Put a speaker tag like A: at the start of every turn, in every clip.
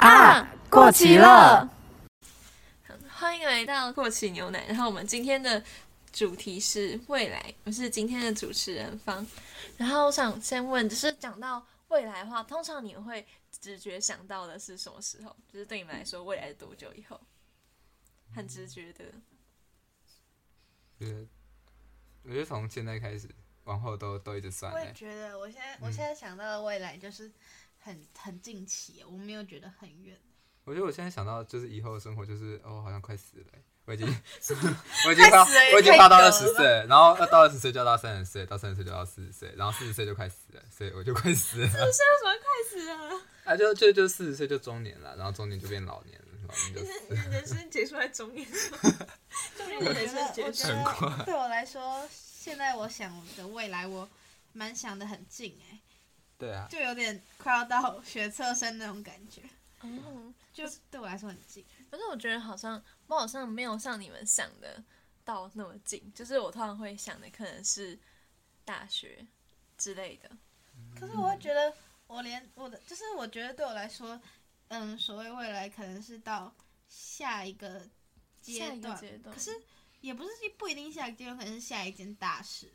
A: 啊过期了。
B: 欢迎来到过期牛奶。然后我们今天的主题是未来，我是今天的主持人方。然后我想先问，就是讲到未来的话，通常你们会直觉想到的是什么时候？就是对你们来说，未来是多久以后？很直觉的，
C: 就是我觉得从现在开始往后都都一直算
D: 我也
C: 欸
D: 觉得，我现在我现在想到的未来就是很很近期，我没有觉得很远。
C: 我觉得我现在想到就是以后的生活就是哦，好像快死了欸、我已经我已经到
D: 快死了也
C: 我已经快到
D: 太久
C: 二
D: 了
C: 十岁了，然后到二十岁就要到三十岁，到三十岁就要四十岁，然后四十岁就快死了，所以我就快死了。
B: 现在怎么快死 了？
C: 啊，就就就四十岁就中年了，然后中年就变老年了，老年就死了。
B: 人生结束在中年，中年
D: 我
B: 人
D: 觉得
B: 生结
D: 我
B: 束
D: 觉。
C: 很快
D: 得对我来说，现在我想的未来，我蛮想的很近哎、
C: 对啊，
D: 就有点快要到学测生那种感觉，
B: 嗯，
D: 就对我来说很近。
B: 可是我觉得好像我好像没有像你们想的到那么近，就是我通常会想的可能是大学之类的。
C: 嗯
D: 可是我会觉得，我连我的就是我觉得对我来说，嗯，所谓未来可能是到下一个
B: 下
D: 阶
B: 一个
D: 段，
B: 阶段
D: 可是也不是不一定下一个阶段，可能是下一件大事。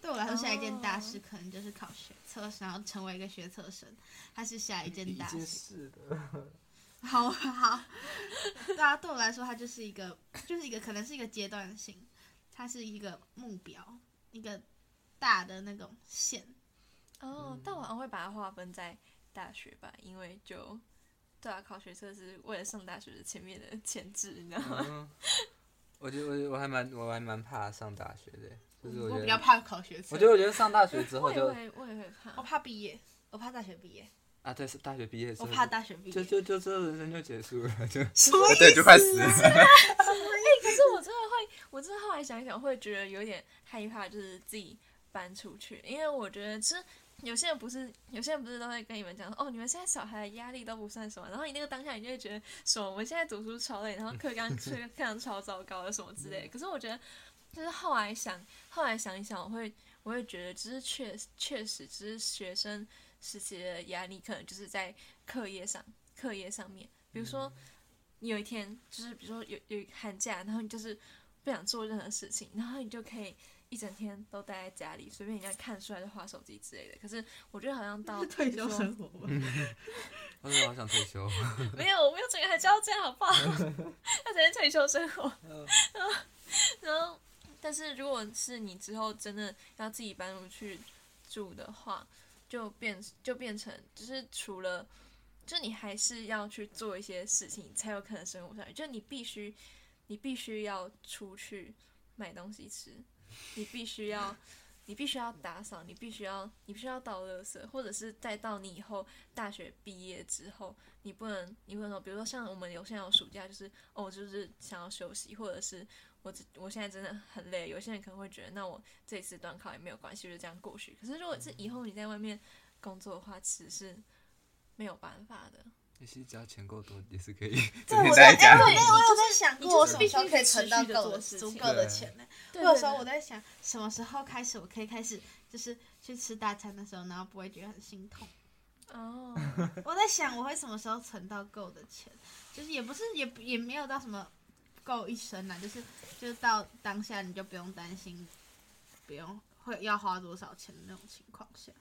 D: 对我来
B: 哦
D: 说，下一件大事可能就是考学测，然后成为一个学测生，它是下一件大事。
C: 是的。
D: 好好， 对啊，对我来说，它就是一个，就是一个可能是一个阶段性，它是一个目标，一个大的那种线。
C: 嗯
B: 哦，但我好像会把它划分在大学吧，因为就对啊，考学测是为了上大学的前面的前置，你知道吗？
C: 嗯，我觉得我我还蛮我还蛮怕上大学的欸，就是我
D: 我
C: 觉
D: 比
C: 得
D: 较怕考学测，
C: 我觉得我觉得上大学之
B: 我
C: 后
B: 也
C: 就
B: 会，我也会怕
D: 我。怕毕业，我怕大学毕业，
C: 啊，对，是大学毕业之
D: 我
C: 后
D: 怕
C: 就
D: 大学毕
C: 就
D: 业。
C: 就就这人生就结束了，就
D: 什么
C: 哦对，
B: 啊
C: 就快死了。
B: 可是我真的会， 我真的后来想一想，会觉得有点害怕，就是自己搬出去，因为我觉得其实有些人不是，有些人不是都会跟你们讲说，哦，你们现在小孩的压力都不算什么，然后你那个当下你就会觉得 什么，我们现在读书超累，然后课 纲课纲超糟糕的什么之类
D: 嗯
B: 的。可是我觉得，就是后来想，后来想一想，我会我会觉得，只是确确实，只是学生时期的压力可能就是在课业上，课业上面，比如说。
D: 嗯
B: 你有一天就是比如说有有寒假，然后你就是不想做任何事情，然后你就可以一整天都待在家里，随便人家看书还是划手机之类的。可是我觉得好像到
D: 退休
B: 比如
D: 生活 吧，
C: 我说我好想退休，
B: 说 没有，我没有整个还是要这样好不好？那才是退休生活。 然后，但是如果是你之后真的要自己搬出去住的话，就变就变成就是除了，就你还是要去做一些事情，才有可能生活下去。就你必须，你必须要出去买东西吃，你必须要。你必须要打扫，你必须要，你必须要倒垃圾，或者是再到你以后大学毕业之后，你不能，你不能说，比如说像我们有些人有暑假，就是哦，我就是想要休息，或者是我只我现在真的很累。有些人可能会觉得，那我这一次短考也没有关系，我就这样过去。可是如果是以后你在外面工作的话，其实是没有办法的。
C: 其实只要钱够多也是可以整
D: 哎对，
C: 天
D: 我
C: 待在
D: 在
C: 家
D: 我
B: 哎
C: 里
D: 有。我有在想
B: 你
D: 过，
B: 就
D: 我
B: 是
D: 什
B: 必
D: 么
B: 须
D: 时候可以
B: 持
D: 存
B: 续
D: 到
B: 地
D: 够
B: 做
D: 的
B: 事
D: 足
B: 情
D: 够的
C: 对
D: 钱呢？
B: 对
D: 我有
B: 对
D: 时候
B: 对
D: 我在想，什么时候开始我可以开始，就是去吃大餐的时候，然后不会觉得很心痛。
B: 哦，
D: 我在想，我会什么时候存到够的钱？就是也不是也不也没有到什么够一生啦，就是就是到当下你就不用担心，不用会要花多少钱的那种情况下。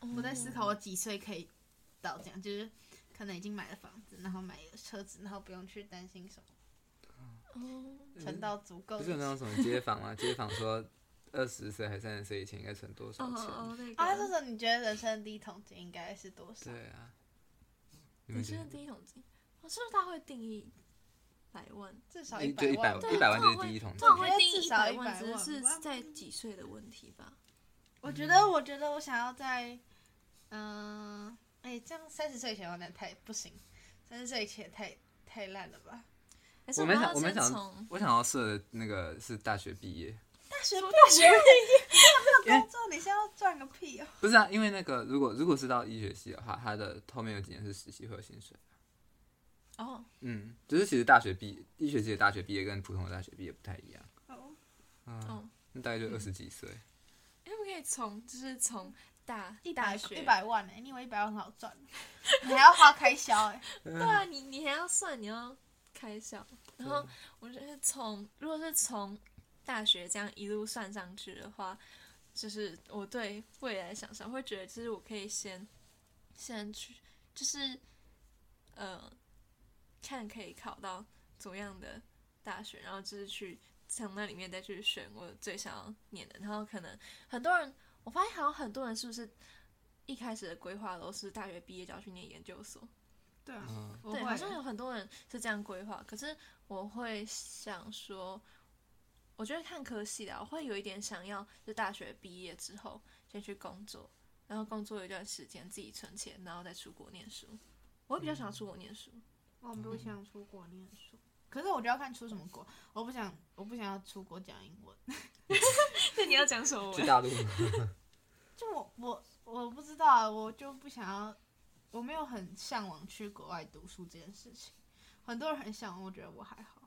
B: 哦
D: 我在思考我几岁可以到这样，就是可能已经买了房子，然后买了车子，然后不用去担心什么，
B: 哦，
D: 存到足够
C: 嗯不
D: 的
C: 是有
D: 钱。
C: 那种什么街访吗？街访说二十岁还三十岁以前应该存多
B: 哦
C: 少钱？
B: 哦，那个，
D: 啊，这种你觉得人生的第一桶金应该是多少？
C: 对啊，你
B: 你
C: 们觉
B: 是
C: 得？
B: 第一桶金，我是不是他会定义百万？
D: 至少
C: 一
D: 百
C: 就一百
D: 万吧。
B: 对
C: 哦
B: 啊
C: 一百万
B: 通
C: 就
B: 常
C: 是第
B: 会
C: 一桶
B: 通
C: 金
B: 常会定义
D: 至
B: 一
D: 少
B: 百
D: 100
B: 万，
D: 万
B: 只是
D: 吧
B: 是在几岁的问题吧。
D: 我觉得，我觉得我想要在，嗯、哎、这样三十岁以前有点太不行，三十岁以前太太烂了吧？
B: 还是
C: 我
B: 们
C: 们
B: 要
C: 想我们
B: 先
C: 想
B: 从
C: 我想要设的那个是大学毕业，
D: 大学
B: 说
D: 不
B: 大学
D: 要工作，你现在要赚个屁哦！
C: 不是啊？因为那个如果如果是到医学系的话，它的后面有几年是实习会有薪水。
B: 哦，
C: 嗯，就是其实大学毕医学系的大学毕业跟普通的大学毕业不太一样，
D: 哦
C: 嗯，
B: 嗯，
C: 那大概就二十几岁。
B: 因为可以从就是从大
D: 一百
B: 大学
D: 一百万呢、欸你以为一百万很好赚？ 你还要花开销哎、
B: 对
C: 嗯
B: 啊，你你还要算，你要开销。然后我觉得从如果是从大学这样一路算上去的话，就是我对未来的想象会觉得，就是我可以先先去，就是呃，看可以考到怎么样的大学，然后就是去从那里面再去选我最想要念的。然后可能很多人，我发现好像很多人是不是一开始的规划都是大学毕业就要去念研究所？
D: 对啊，
E: 嗯，
D: 我
B: 对，好像
D: 会
B: 有很多人是这样规划，可是我会想说，我觉得看科系的，我会有一点想要，就大学毕业之后先去工作，然后工作一段时间自己存钱，然后再出国念书。我会比较想要出国念书，
D: 我不想出国念书，可是我就要看出什么国，我不想我不想要出国讲英文，
B: 那嗯 你要讲什么
E: 去大陆，
D: 就我我我不知道啊，我就不想要，我没有很向往去国外读书这件事情，很多人很向往，我觉得我还好，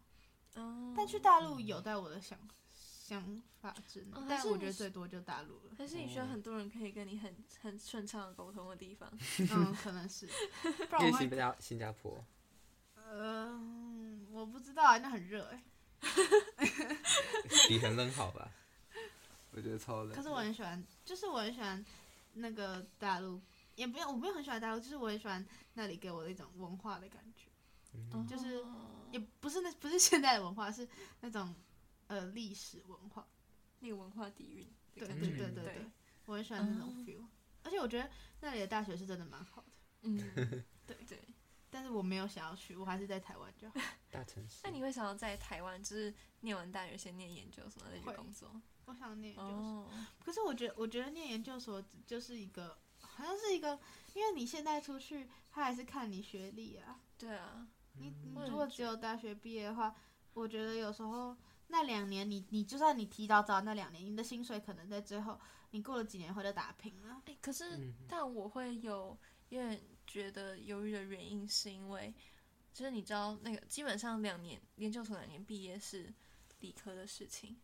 B: 嗯，
D: 但去大陆有在我的想想法之内
B: 哦，还
D: 但
B: 是
D: 我
B: 你
D: 觉得
B: 是
D: 最多就大陆
B: ，
D: 了
B: 还是你需要很多人可以跟你很很顺畅的沟通的地方。
D: 嗯，可能是，不
C: 因
D: 然
C: 为
D: 啊我
C: 新
D: 会，
C: 加新加 坡，
D: 呃，我不知道啊，那很热哎、
C: 比很冷好吧？
E: 我觉得超冷。
D: 可是我很喜欢，就是我很喜欢那个大陆，也不用，我没有很喜欢大陆，就是我很喜欢那里给我的一种文化的感觉，就是
B: 哦
D: 也不是那不是现代的文化，是那种呃历史文化，
B: 那个文化底蕴的
D: 对
B: 感
D: 对
B: 觉。
D: 对对
B: 对
D: 对，我很喜欢那种
B: 嗯
D: feel，、而且我觉得那里的大学是真的蛮好的，
B: 嗯，
D: 对
B: 对。
D: 但是我没有想要去，我还是在台湾就好，
C: 大城市
B: 那，你会想要在台湾，就是念完大学先念研究所，然后再
D: 会
B: 去工作？
D: 我想念就是。
B: 哦，
D: 可是我觉得，我觉得念研究所就是一个，好像是一个，因为你现在出去，他还是看你学历啊。
B: 对啊，
D: 你你
B: 我也
D: 如果
B: 觉
D: 只有大学毕业的话，我觉得有时候那两年你，你就算你提早找那两年，你的薪水可能在最后，你过了几年后就打平了。
B: 哎、可是、
C: 嗯
B: 但我会有有点觉得犹豫的原因，是因为就是你知道那个基本上两年研究所两年毕业是理科的事情，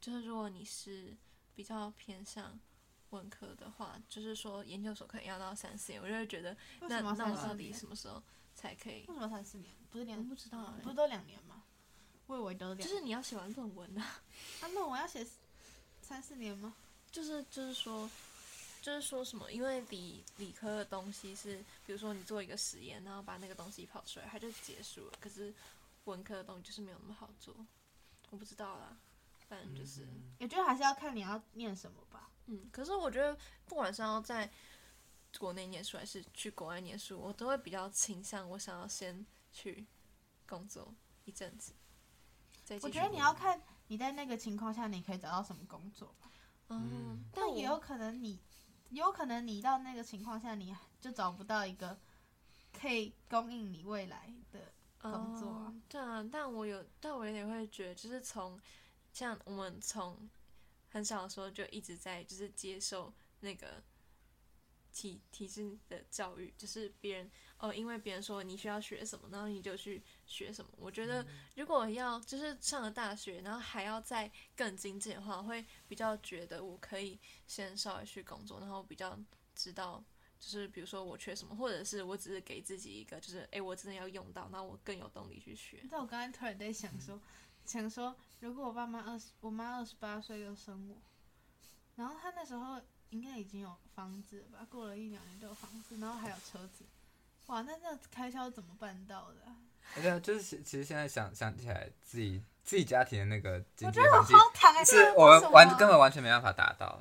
B: 就是如果你是比较偏向文科的话，就是说研究所可能要到三四年，我就会觉得
D: 为
B: 那
D: 什么
B: 那
D: 三
B: 我
D: 四
B: 到底
D: 年？
B: 什么时候才可以
D: 为？什么三四年？不是
B: 我
D: 两，
B: 不知道哎、
D: 不是都两年吗？我以为都是
B: 就
D: 两
B: 是
D: 年。
B: 你要写完论文啊。
D: 啊，那我要写三四年吗？
B: 就是就是说，就是说什么？因为理理科的东西是，比如说你做一个实验，然后把那个东西跑出来，它就结束了。可是文科的东西就是没有那么好做，我不知道啦。反正就是，
D: 我觉得还是要看你要念什么吧。
B: 嗯可是我觉得不管是要在国内念书还是去国外念书，我都会比较倾向我想要先去工作一阵子，再继
D: 我
B: 续哦
D: 觉得你要看你在那个情况下，你可以找到什么工作。
B: 嗯，但
D: 但
B: 我
D: 也有可能你，也有可能你到那个情况下，你就找不到一个可以供应你未来的。工作啊
B: 嗯对啊，但我有，但我有点会觉得，就是从像我们从很小的时候就一直在就是接受那个体体制的教育，就是别人哦，因为别人说你需要学什么，然后你就去学什么。我觉得如果要就是上了大学，然后还要再更精进的话，我会比较觉得我可以先稍微去工作，然后比较知道就是比如说我缺什么，或者是我只是给自己一个，就是诶，我真的要用到，那我更有动力去学。
D: 但我刚才突然在想说，想说如果我爸妈二十，我妈二十八岁就生我，然后她那时候应该已经有房子了吧，过了一两年就有房子，然后还有车子，哇，那那开销怎么办到的啊、
C: 对啊，就是其其实现在想想起来，自己自己家庭的那个经
D: 我
C: 济
D: 觉得很
C: 环境
D: 荒唐哎、
C: 是
D: 这
C: 我们
D: 这是
C: 完
D: 什么
C: 根本完全没办法达到。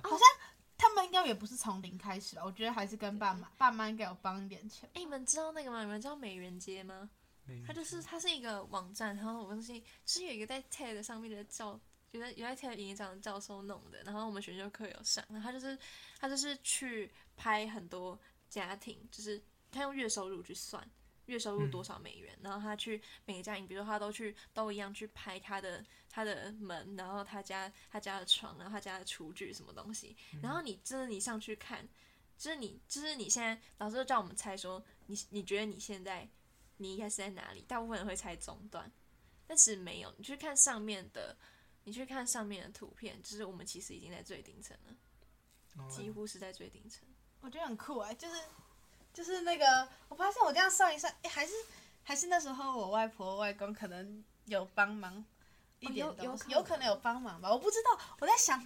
D: 他们应该也不是从零开始吧，我觉得还是跟爸妈，爸妈应该有帮一点钱。
B: 诶，你们知道那个吗？你们知道美人街吗？
C: 嗯
B: 它就是它是一个网站，然后我们是就是有一个在 TED 上面的教，有在有在 TED 演讲的教授弄的，然后我们选修课有上，然后他就是他就是去拍很多家庭，就是他用月收入去算。月收入多少美元？然后他去每个家庭，比如说他都去都一样去拍他的他的门，然后他家他家的床，然后他家的厨具什么东西。然后你真的你上去看，就是你就是你现在老师就叫我们猜说你你觉得你现在你应该是在哪里？大部分人会猜中段，但是没有。你去看上面的，你去看上面的图片，就是我们其实已经在最顶层了。几乎是在最顶层。
D: 我觉得很酷哎、就是就是那个，我发现我这样算一算，哎，还是还是那时候我外婆外公可能有帮忙一点
B: 哦有
D: 东西，
B: 有可能
D: 有可能有帮忙吧，我不知道，我在想，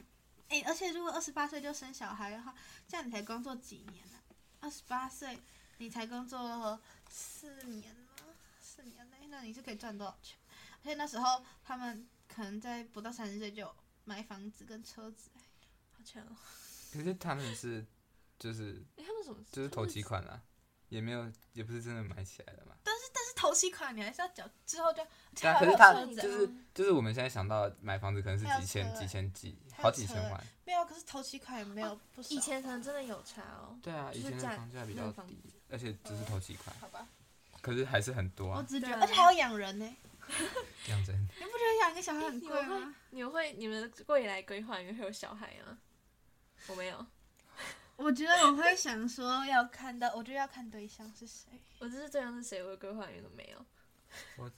D: 哎，而且如果二十八岁就生小孩的话，这样你才工作几年呢、啊？二十八岁你才工作四年吗？四年内，那你是可以赚多少钱？而且那时候他们可能在不到三十岁就有买房子跟车子，
B: 好强哦！
C: 可是他们是就是
B: 哎、他们怎么？
C: 就是
B: 他
C: 投
B: 们
C: 期款啦，也没有也不是真的买起来的嘛。
D: 但是头期款你还是要缴，之后就
C: 对啊
D: 还
C: 可
D: 有
C: 是他
D: 车子啊
C: 就是就是我们现在想到买房子可能是
D: 还有
C: 几
D: 车
C: 千
D: 欸
C: 几千几
D: 还有
C: 好几
D: 车
C: 千
D: 欸
C: 万，
D: 没有，可是头期款也没有不少。
B: 以前可能真的有差哦。
C: 对啊，以
B: 就是
C: 前的
B: 价
C: 房价比
B: 那
C: 较
B: 房
C: 低，而且只
D: 嗯
C: 是投期款，
D: 好吧，
C: 可是还是很多
D: 我
C: 啊，
D: 只觉得，
B: 对啊
D: 而且还要养人呢、
C: 讲真的。
D: 你不觉得养一个小孩很贵
B: 哎你
D: 吗？
B: 你们会你们的未来规划里面会有小孩吗？我没有，
D: 我觉得我会想说要看到，我觉得要看对象是谁。
B: 我只是对象是谁，我的规划里面都没有。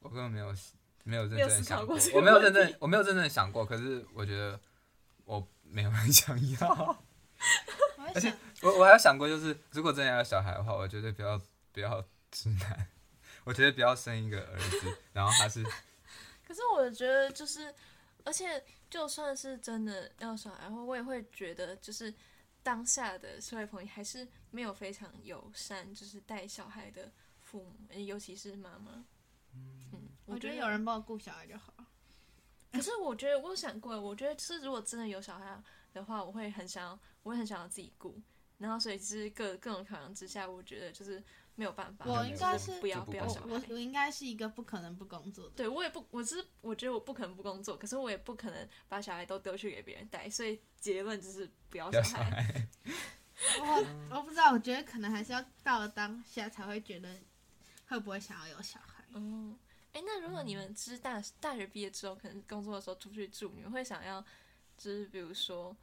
C: 我根本没有没有认
B: 没有
C: 真地
B: 思考
C: 想
B: 过这个
C: 我没有
B: 问
C: 认真，我没有认真地想过。可是我觉得我没有很想 要。
D: 我会想，
C: 我我还有想过，就是如果真的要有小孩的话，我绝对不要不要直男， 我绝对不要生一个儿子， 然后他是
B: 可是我觉得就是，而且就算是真的要小孩后，我也会觉得就是当下的社会朋友还是没有非常友善，就是带小孩的父母，呃尤其是妈妈。嗯，
D: 我觉得有人帮我顾小孩就好了。
B: 可是我觉得我有想过，我觉得是如果真的有小孩的话，我会很想要，我会很想要自己顾。然后所以就是各各种考量之下，我觉得就是没有办法。
D: 我应该是
B: 不要
C: 就不
B: 不要
C: 工
B: 小
C: 作
D: 我
B: 孩
D: 我。我应该是一个不可能不工作的。
B: 对我也不，我是我觉得我不可能不工作，可是我也不可能把小孩都丢去给别人带，所以结论就是不要
C: 不要
B: 小
C: 小
B: 孩。
C: 孩。
D: 我我不知道，我觉得可能还是要到了当下才会觉得会不会想要有小孩。
B: 哦，哎，那如果你们就是大大学毕业之后，可能工作的时候出去住，你们会想要就是比如说，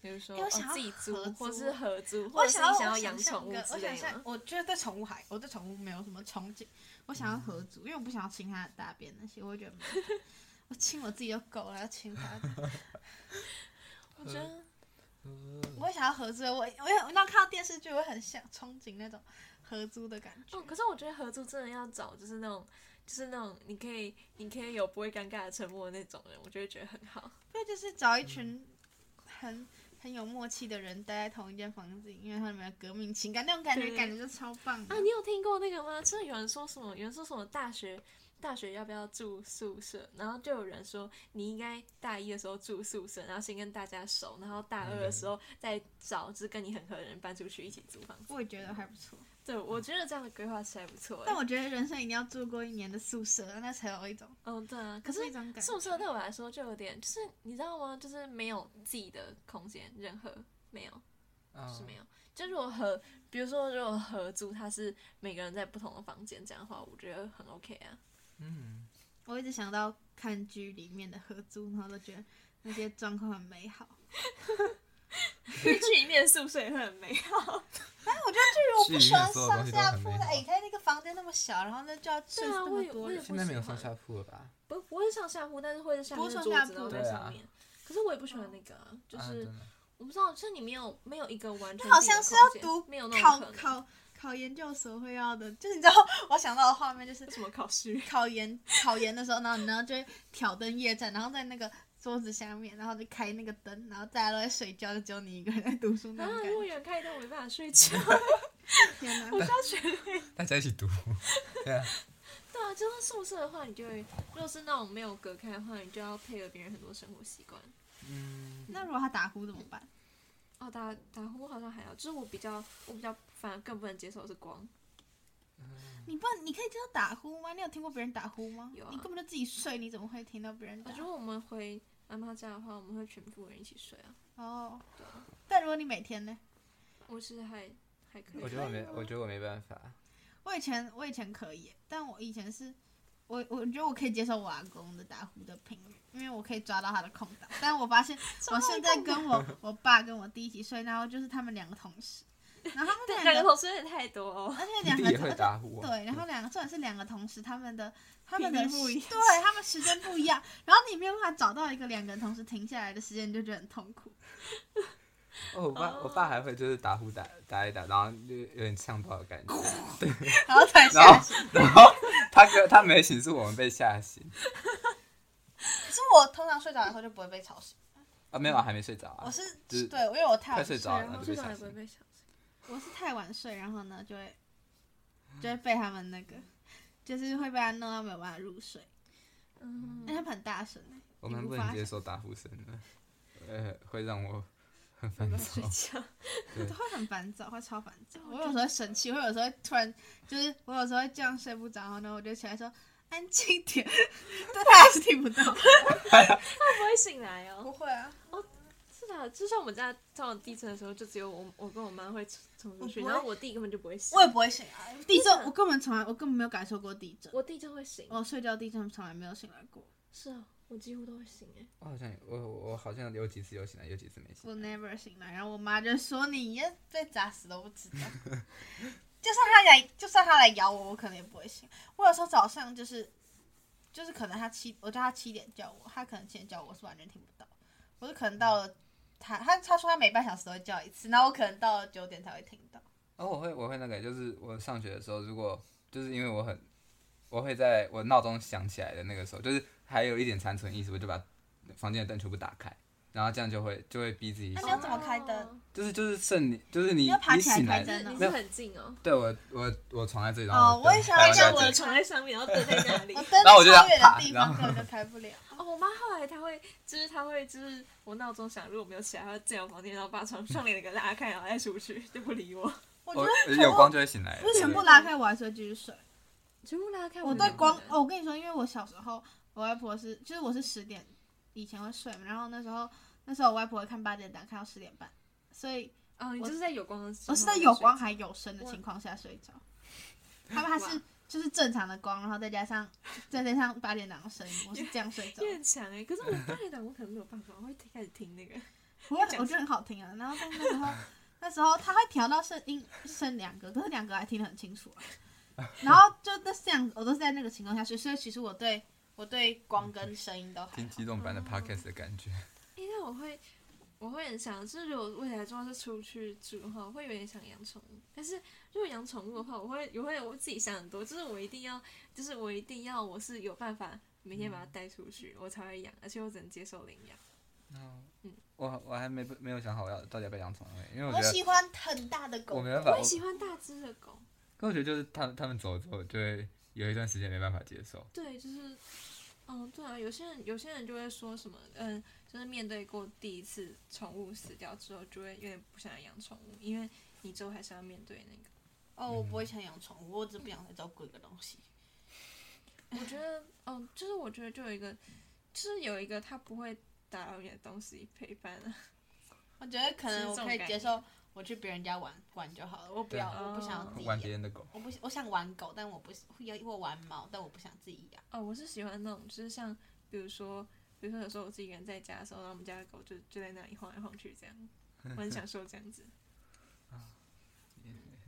B: 比如说
D: 诶我
B: 哦
D: 想要
B: 自己租
D: 合，
B: 或
D: 租
B: 是合租，或
D: 我
B: 者是你
D: 想要
B: 想要
D: 我想
B: 养
D: 象
B: 宠物
D: 个
B: 之
D: 我想
B: 类
D: 象
B: 吗，？
D: 我觉得对宠物还，我对宠物没有什么憧憬。我想要
B: 嗯
D: 合租，因为我不想要亲它的大便那些，我会觉得麻烦我亲我自己就够了，要亲它的。
B: 我觉得
D: 我会想要合租，我我有那看到电视剧，我会很想憧憬那种合租的感觉。
B: 哦，可是我觉得合租真的要找就是那种。就是那种你可以，你可以有不会尴尬的沉默的那种人，我就会觉得很好。
D: 不然就是找
B: 嗯
D: 一群很很有默契的人待在同一间房子里，因为他们有革命情感，那种感觉
B: 对
D: 感觉就超棒的
B: 啊，。你有听过那个吗？就是有人说什么，有人说什么大学大学要不要住宿舍，然后就有人说你应该大一的时候住宿舍，然后先跟大家熟，然后大二的时候再找就是跟你很合的人搬出去一起租房子。
D: 我也觉得还不错，
B: 对，我觉得这样的规划是还不错欸。
D: 但我觉得人生一定要住过一年的宿舍，那才有一种，
B: 嗯，对啊，可
D: 可
B: 是
D: 一种感觉。
B: 宿舍对我来说就有点，就是你知道吗？就是没有自己的空间，任何没有。是
D: 嗯
B: 没有。就如果合，比如说如果合租，它是每个人在不同的房间这样的话，我觉得很 OK 啊。
C: 嗯，
D: 我一直想到看剧里面的合租，然后都觉得那些状况很美好。
B: 因为去一面宿舍也会很美啊好。
D: 但我觉得
C: 剧
D: 就
C: 里
D: 是
C: 面
D: 我不
C: 所有东
D: 喜欢上
C: 西都
D: 下
C: 很
D: 铺
C: 美
D: 的，
C: 好
D: 哎，他那个房间那么小，然后呢就要睡
B: 对啊
D: 那
B: 我
D: 么
B: 也
D: 多
B: 我也
D: 人。
C: 现在没有
B: 不喜
C: 上
B: 欢
C: 下铺了吧？
B: 不，不会上下铺，但是会上
D: 不会
B: 面
D: 上
B: 桌
D: 下
B: 子
D: 铺
B: 然后在
C: 对
B: 上
C: 啊
B: 面。可是我也不喜欢那个、啊，就
C: 啊
B: 是、
C: 真的
B: 我不知道，就是你没有没有一个完全
D: 好
B: 自己的
D: 像是要
B: 空间
D: 读
B: 没有那
D: 考
B: 种可能
D: 考考研究所会要的，就是你知道我想到的画面就是
B: 什么考试，
D: 考研考研的时候，然后你呢就会挑灯夜战，然后在那个桌子下面，然后就开那个灯，然后大家都在睡觉，就只有你一个人在读书那
B: 啊，
D: 种感
B: 如果
D: 觉。
B: 有人开灯，我没办法睡 觉。
D: 天哪！
B: 我就要学 会。
C: 大家一起读，对啊，
B: 对啊，就是宿舍的话，你就会，如果是那种没有隔开的话，你就要配合别人很多生活习惯。
C: 嗯，
D: 那如果他打呼怎么办？
B: 哦，打打呼好像还好，就是我比较我比较反而更不能接受的是光。
D: 你不，你可以接受打呼吗？你有听过别人打呼吗？
B: 有啊
D: 你根本就自己睡，你怎么会听到别人打
B: 啊
D: 呼？
B: 如果我们回阿妈家的话，我们会全部人一起睡啊。
D: 哦，
B: 对啊，
D: 但如果你每天呢？
B: 我是还还可以。
C: 我觉得我没，我觉得我没办法。
D: 我以前我以前可以，但我以前是，我我觉得我可以接受我阿公的打呼的频率，因为我可以抓到他的空档。但我发现我现在跟我我爸跟我弟一起睡，然后就是他们两个同时，然后他们
B: 两个
D: 两个，
B: 同事有点太多哦。
D: 而且
C: 弟
D: 两
C: 弟
D: 个
C: 也会打呼啊，
D: 对，然后两个重点是两个同时他们的他们的
B: 频率不一样
D: 对他们时间不一样，然后你没有办法找到一个两个人同时停下来的时间，你就觉得很痛苦。
C: 哦，我爸我爸还会就是打呼打打一打，然后就有点呛到的感觉。
D: 然后才
C: 然
D: 下
C: 后
D: 去。
C: 然后他跟他没醒，是我们被吓醒
D: 可是我通常睡着的时候就不会被吵醒，
C: 啊，没有啊，还没睡着
D: 我
C: 啊。
D: 哦是
C: 就是
D: 对，因为我太
C: 快
D: 晚
C: 睡
D: 睡
C: 着了
D: 然后
C: 就
B: 这
C: 被
B: 种也
C: 吓
B: 不会
C: 醒
B: 被想。
D: 我是太晚睡，然后呢就会就会被他们那个，就是会被他弄到没有办法入睡，因为
B: 嗯，
D: 他们很大声欸，
C: 我们
D: 你无
C: 不能
D: 法
C: 接受打呼声的，呃，会让我很
B: 要
C: 烦
B: 不要
C: 躁
B: 睡。觉？
D: 都会很烦躁，会超烦躁。
B: 我就
D: 我有时候会生气，我有时候会突然就是我有时候会这样睡不着，然后呢我就起来说安静 点，但他还是听不到。
B: 不会醒来哦。
D: 会啊，
B: 是啊，就像我们家上地震的时候，就只有我我跟我妈会冲出去，
D: 我不会
B: 然后我弟根本就不会醒
D: 我。也不会醒啊。地
B: 真
D: 震
B: 的
D: 我根本从来我根本没有感受过地震，
B: 我弟就会醒。
D: 我睡觉地震从来没有醒来过。
B: 是啊，我几乎都会醒哎。
C: 我好像我我我好像有几次有醒来，有几次没醒。
D: 我 never 醒来，然后我妈就说你也被砸死都不知道。就算他来，就算他来咬我，我可能也不会醒。我有时候早上就是，就是可能他七，我叫他七点叫我，他可能七点叫我，我是完全听不到。我就可能到了他，他他说他每半小时都会叫一次，然后我可能到了九点才会听到。
C: 然后哦我会我会那个，就是我上学的时候，如果就是因为我很，我会在我闹钟响起来的那个时候，就是还有一点残存意识，我就把房间的灯全部打开，然后这样就会就会逼自己
D: 那
C: 醒
D: 你要。怎么开灯
B: 哦？
C: 就是就是剩你，就是你
D: 你要爬
C: 你
D: 起来
C: 醒来
D: 开灯
B: 你是你
C: 没
B: 是
C: 有
B: 很近哦。
C: 对我我我床在这里，然
D: 哦
C: 后
D: 我也想要
C: 要
D: 这样
B: 我
D: 我
B: 的
D: 的
B: 床
D: 床
B: 在
D: 在
B: 上面，然后灯在哪里
D: 我？灯
C: 然后我就这样
D: 超远的地
C: 然后
D: 方根本就开不了。
B: 哦，我妈后来她会，就是她会，就是我闹钟响，如果没有起来，她会进我房间，然后把床窗帘给拉开，然后再出去，就不理我。
D: 我觉
C: 我
D: 得全部
C: 有光就会醒来了。
D: 不是全部
C: 对
D: 拉开，我还是会继续睡。
B: 全部拉开。
D: 我对光哦，我跟你说，因为我小时候，我外婆是，就是我是十点以前会睡嘛，然后那时候那时候我外婆会看八点档，看到十点半，所以
B: 哦，你
D: 我
B: 就是在有光的时候。
D: 我是在有光还有声的
B: 哇
D: 情况下睡 着。他们还是
B: 哇
D: 就是正常的光，然后再加上再加上八点档的声音，我是这样睡着
B: 你。很强哎、 可是我大一档我可能没有办法，我会开始听那个。
D: 我会我觉得很好听啊，然后但那时 候那时候他会调到剩音剩两个，可是两个还听得很清楚啊。然后就那这样，我都是在那个情况下睡，所以其实我对我对光
B: 嗯
D: 跟声音都还好
C: 听激动版的 podcast 的感觉。
B: 因为我会，我会很想，就是如果未来状况是出去住的话，我会有点想养宠物。但是如果养宠物的话，我会，我会我自己想很多，就是我一定要，就是我一定要，我是有办法每天把
D: 嗯
B: 它带出去，我才会养，而且我只能接受领养。嗯
C: 我我还没没有想好我要到底要不要养宠物，因为我
D: 我
C: 觉得
D: 喜欢很大的狗
C: 我没办
B: 我
C: 法，
B: 很
C: 我
B: 喜欢大只的狗，
C: 可我觉得就是他们他们走之后，就会有一段时间没办法接受。
B: 对，就是，嗯，对啊，有些人有些人就会说什么，嗯，就是面对过第一次宠物死掉之后，就会有点不想养宠物，因为你之后还是要面对那个。
D: 哦，
C: 嗯
D: 我不会想养宠物，我只不想再照顾一个东西。
B: 我觉得，嗯，就是我觉得就有一个，就是有一个它不会打扰你的东西陪伴啊。
D: 我觉得可能
B: 是
D: 我
B: 这种
D: 可以
B: 概
D: 接
B: 念
D: 受我去别人家玩玩就好了，我不
C: 对
D: 要，
C: 啊
D: 我不想要自己
C: 玩
D: 养。
C: 别人的狗，
D: 我不我想玩狗，但我不要或玩猫，但我不想自己养。
B: 哦，我是喜欢那种，就是像比如说，比如说有时候我自己一个人在家的时候，然后我们家的狗就就在那里晃来晃去这样，我很享受这样子。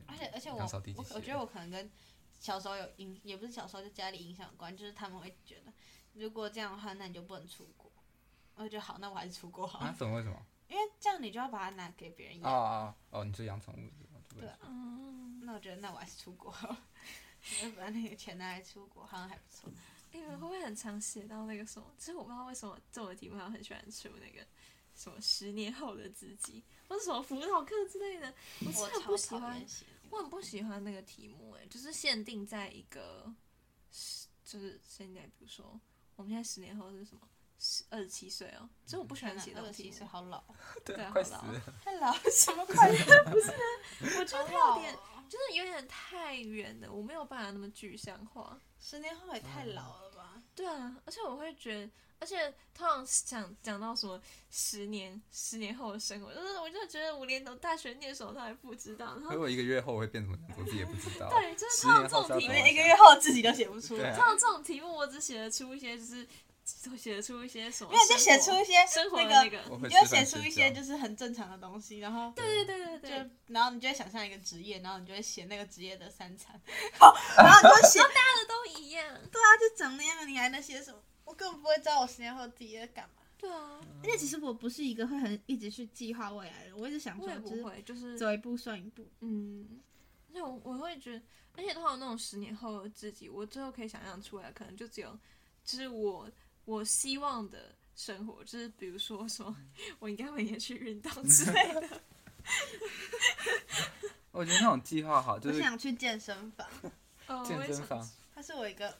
D: 而且而且我
C: 刚嗯扫地
D: 我
C: 机器
D: 我觉得我可能跟小时候有影，也不是小时候就家里影响有关，就是他们会觉得如果这样的话，那你就不能出国。我就觉得好，那我还是出国好了，
C: 啊？怎么为什么？
D: 因为这样你就要把它拿给别人
C: 哦
D: 养。
C: 哦哦，你是养宠 物的，对
D: 对啊
B: 嗯，
D: 那我觉得那我还是出国好了， 我就把那个钱拿来出国，好像还不错。
B: 你们会不会很常写到那个什么？其实我不知道为什么这种题目我很喜欢出那个什么十年后的自己，或者什么辅导课之类的，我真的
D: 超
B: 不喜
D: 讨
B: 欢
D: 厌。写这
B: 我
D: 个
B: 很不喜欢那个题目，哎，就是限定在一个，是就是现在，比如说我们现在十年后是什么？十二十七岁哦，所以我不喜欢写这
D: 天哪
B: 种
D: 27
B: 题
D: 岁
B: 目。
D: 好老，
B: 对啊
C: 快
B: 好
C: 死
B: 啦
C: 了。
D: 太老 了什么快乐？
B: 我觉得它有
D: 好
B: 点
D: 老，哦
B: 就是有点太远了，我没有办法那么具象化。
D: 十年后也太老啊了吧？
B: 对啊，而且我会觉得，而且通常讲讲到什么十年、十年后的生活，就是我就觉得我连我大学念什么都还不知道。然
C: 如
B: 后
C: 果一个月后我会变什么样子，我自己也不知 道。
B: 对，就是
C: 十
B: 通常
C: 年
B: 这
C: 后
B: 种
C: 是
B: 题
C: 要
B: 目哎
C: 怎么
D: 一个月后自己都写不出
C: 对
D: 来
C: 啊。
B: 像这种题目，我只写得出一些就是写得出一些什么生活？
D: 没有就写出一些
B: 生活的
D: 那
B: 那
D: 个
B: 个，
C: 我
D: 你
C: 会
D: 就
C: 吃
D: 写
C: 饭
D: 出一
C: 睡
D: 些
C: 觉。
D: 就是很正常的东西，然后
B: 对对对对
D: 就
B: 对，大
D: 然后你就会想象一个职业，然后你就会写那个职业的三餐， 然后你就 写，对
B: 家都一样。
D: 啊，就长那样，你还能写什么？我根本不会知道我十年后自己在干嘛。
B: 对啊，
D: 而且其实我不是一个会很一直去计划未来的人，我一直想
B: 我
D: 说
B: 也
D: 就是
B: 不会，就是
D: 走一步算一步。
B: 嗯，而且我我会觉得，而且通常那种十年后的自己，我最后可以想象出来，可能就只有就是我我希望的生活，就是比如说什么，
C: 嗯
B: 我应该每天去运动 之类的。
C: 我觉得那种计划好，就
D: 我
C: 是
D: 想去健身房，
B: 哦
C: 健
B: 我也
C: 身
B: 想
C: 房，
D: 它是我一个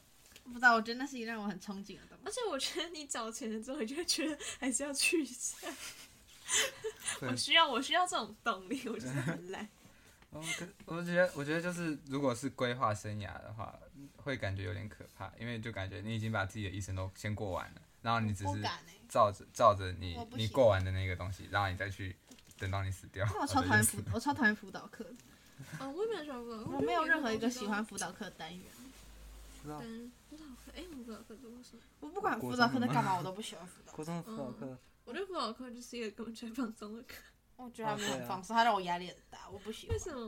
D: 不知道，我觉得那是一个让我很憧憬的东西。
B: 而且我觉得你找钱了之后，你就会觉得还是要去一下。
C: 对
B: 我需要，我需要这种动力，我就是 很懒。
C: 哦，可我觉得，我觉得就是，如果是规划生涯的话，会感觉有点可怕，因为就感觉你已经把自己的一生都先过完了，然后你只
D: 我
C: 是
D: 不敢哎、
C: 照着照着你
D: 我不
C: 你
D: 行
C: 过完的那个东西，然后你再去等到你死掉。
D: 那我超讨厌辅，我超讨厌辅导课的，
B: 啊，我也没有什么不懂，
D: 我没有任何一个喜欢辅导课的单元。
C: 导
B: 嗯，不知道，哎，我不知道可多什么。
D: 我不管辅导课在干嘛，我都不喜欢辅导。
C: 国中
B: 辅导课，我对辅导课就是一个根本就在放松的课。
D: 我觉得他没有很放松，他让我压力很大，我不喜欢。
B: 为什么？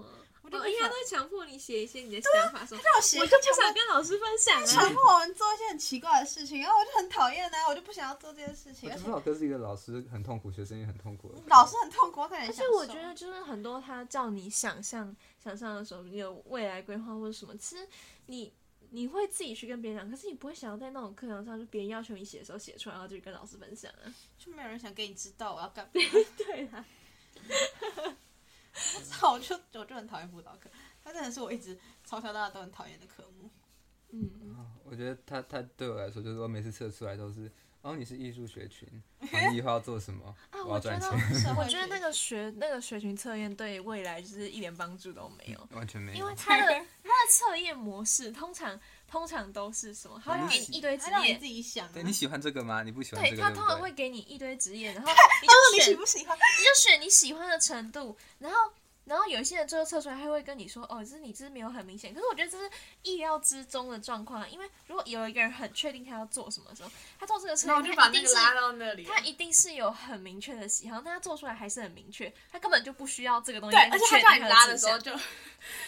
B: 我
D: 我就不
B: 应
D: 喜
B: 该
D: 欢
B: 都会强迫你写一些你的想法，说
D: 我写
B: 我啊就不想跟老师分享
D: 强
B: 啊。
D: 迫我们做一些很奇怪的事情，然后我就很讨厌呢，我就不想要做这件事情，而且
C: 辅导课是一个老师很痛苦，学生也很痛苦的。
D: 老师很痛苦，我感觉。
B: 而且我觉得，就是很多他叫你想象、想象的时候，你有未来规划或者什么，其实你你会自己去跟别人讲，可是你不会想要在那种课堂上，就别人要求你写的时候写出来，然后就跟老师分享啊。
D: 就没有人想给你知道我要干嘛，
B: 对啊啦，
D: 我就我就很讨厌辅导课，它真的是我一直从小到大都很讨厌的科目。
B: 嗯，
C: 我觉得他他对我来说，就是我每次测出来都是，哦，你是艺术学群，然后以后要做什 么，
B: 啊，
C: 要
B: 我觉
C: 赚
B: 得
C: 钱，
B: 我觉得那个学那个学群测验对未来就是一点帮助都没有。
C: 完全没
B: 因
C: 有
B: 为。它的它的测验模式通常通常都是什么？它会给你一堆职
D: 它让你
B: 业
D: 自，己想啊，
C: 对你喜欢这个吗？你不喜欢这
B: 对
C: 个，
B: 它
C: 不
B: 通常
C: 对
B: 会给你一堆职业，然后你
D: 到
B: 就
D: 底你
B: 选
D: 喜
B: 你
D: 不喜欢？
B: 就选你喜欢的程度，然后然后有一些人最后测出来，他会跟你说，哦，这是你这是没有很明显，可是我觉得这是意料之中的状况，啊因为如果有一个人很确定他要做什么的时候，他做这个测验，他一定是
D: 到那里啊
B: 他一定是有很明确的喜好，但他做出来还是很明确，他根本就不需要这个东西
D: 对，
B: 来
D: 而
B: 去
D: 且
B: 确
D: 他
B: 定他
D: 叫你拉的
B: 志
D: 时候
B: 向。
D: 就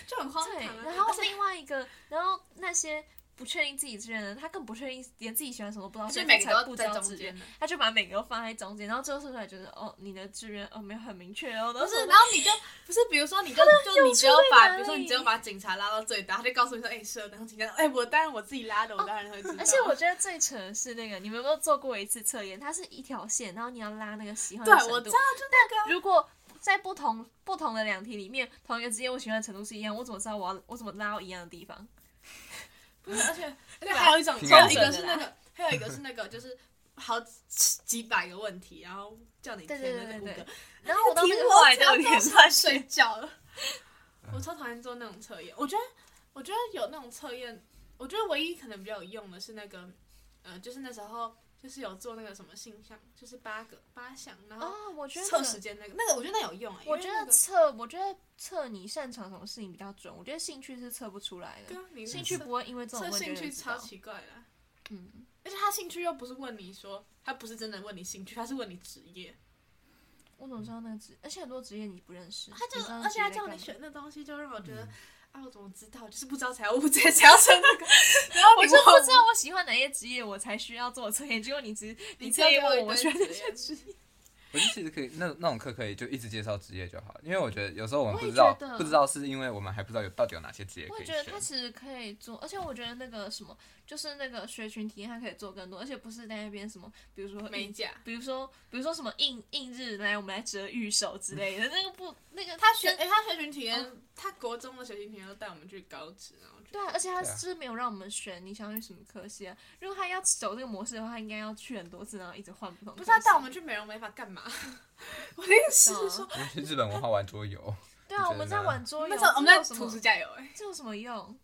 D: 就很荒
B: 对
D: 唐啊。，
B: 然后另外一个，然后那些不确定自己志愿的人，他更不确定，连自己喜欢什么都不知道，所以他才不知道志愿，
D: 的，
B: 他就把每个都放在中间，然后最后测出来觉得，哦，你的志愿哦没有很明确哦，
D: 不
B: 都
D: 是，
B: 是
D: 然后你就不是，比如说你 就就你只有把，比如说你只有把警察拉到最大，他就告诉你说，哎、是，然后警察，哎、我当然我自己拉的，我当然会知道。
B: 而且我觉得最扯的是那个，你们有没有做过一次测验？它是一条线，然后你要拉那个喜欢的
D: 对
B: 程度。
D: 我知道，就那个
B: 如果在不同不同的两题里面，同一个职业我喜欢的程度是一样，我怎么知道我要我怎么拉到一样的地方？
D: 不是，而且啊而且还有一种，
C: 挺
D: 还有一
B: 准
D: 个
B: 的
D: 是那个，还有一个是那个，就是好几几百个问题，然后叫你填
B: 对对
D: 那五
B: 对
D: 个，
B: 然后我到
D: 题
B: 那个
D: 目
B: 后来
D: 只
B: 都
D: 要
B: 有点
D: 做出来睡觉了。 我超讨厌做那种测验，我觉得我觉得有那种测验，我觉得唯一可能比较有用的是那个，呃，就是那时候就是有做那个什么性向，就是八个八项，然后
B: 哦，我觉得
D: 测时间那个，那个我觉得那有用哎、
B: 我
D: 因
B: 觉
D: 为那
B: 得
D: 个
B: 测，我觉得测你擅长什么事情比较准。我觉得兴趣是测不出来
D: 对
B: 的，
D: 啊，你
B: 兴趣
D: 测
B: 不会因为这种
D: 测
B: 问题
D: 兴
B: 就
D: 趣
B: 知
D: 超
B: 道
D: 奇怪的啊、
B: 嗯，
D: 而且他兴趣又不是问你说，他不是真的问你兴趣，他是问你职业，
B: 我怎么知道那个职？而且很多职业你不认识，
D: 他就
B: 你不知道
D: 而且
B: 职
D: 他
B: 业
D: 叫
B: 干
D: 你
B: 嘛，
D: 选那东西，就让我觉得。啊，我怎么知道？就是不知道才要，我直接才 要测那个，然后
B: 我
D: 你
B: 就
D: 问
B: 不知道我喜欢哪些职业，我才需要做测验。结果你只
D: 你
B: 测验问我我
D: 我
B: 喜欢哪
D: 职
B: 些
D: 业
B: 职业，
C: 我觉得其实可以，那那种课可以就一直介绍职业就好了，因为我觉得有时候我们
B: 我也
C: 不知道
B: 觉得，
C: 不知道是因为我们还不知道有到底有哪些职业
B: 我
C: 可
B: 也
C: 以
B: 觉得
C: 选
B: 他。其实可以做，而且我觉得那个什么，就是那个学群体验，它可以做更多，而且不是在那边什么，比如说
D: 美
B: 印，
D: 甲。
B: 比如说比如说什么印印日来，我们来折玉手之类 的，那个不那个
D: 他学
B: 跟
D: 哎、他学群体验，他国中的学群体验都带我们去高职，然后去
B: 对啊，而且他
C: 对啊
B: 是没有让我们选你想去什么科系啊。如果他要走这个模式的话，他应该要去很多次，然后一直换不同科系。
D: 不是他带我们去美容美发干 嘛？我的意思是说，
B: 对啊
C: 我们去日本文化玩桌 游，哦
B: 对啊，
C: 你觉得
B: 我们在
C: 呢
B: 玩
D: 我
B: 桌游，
D: 们在我们在
B: 这有什
D: 涂
B: 么
D: 指甲油哎、
B: 这有什么用？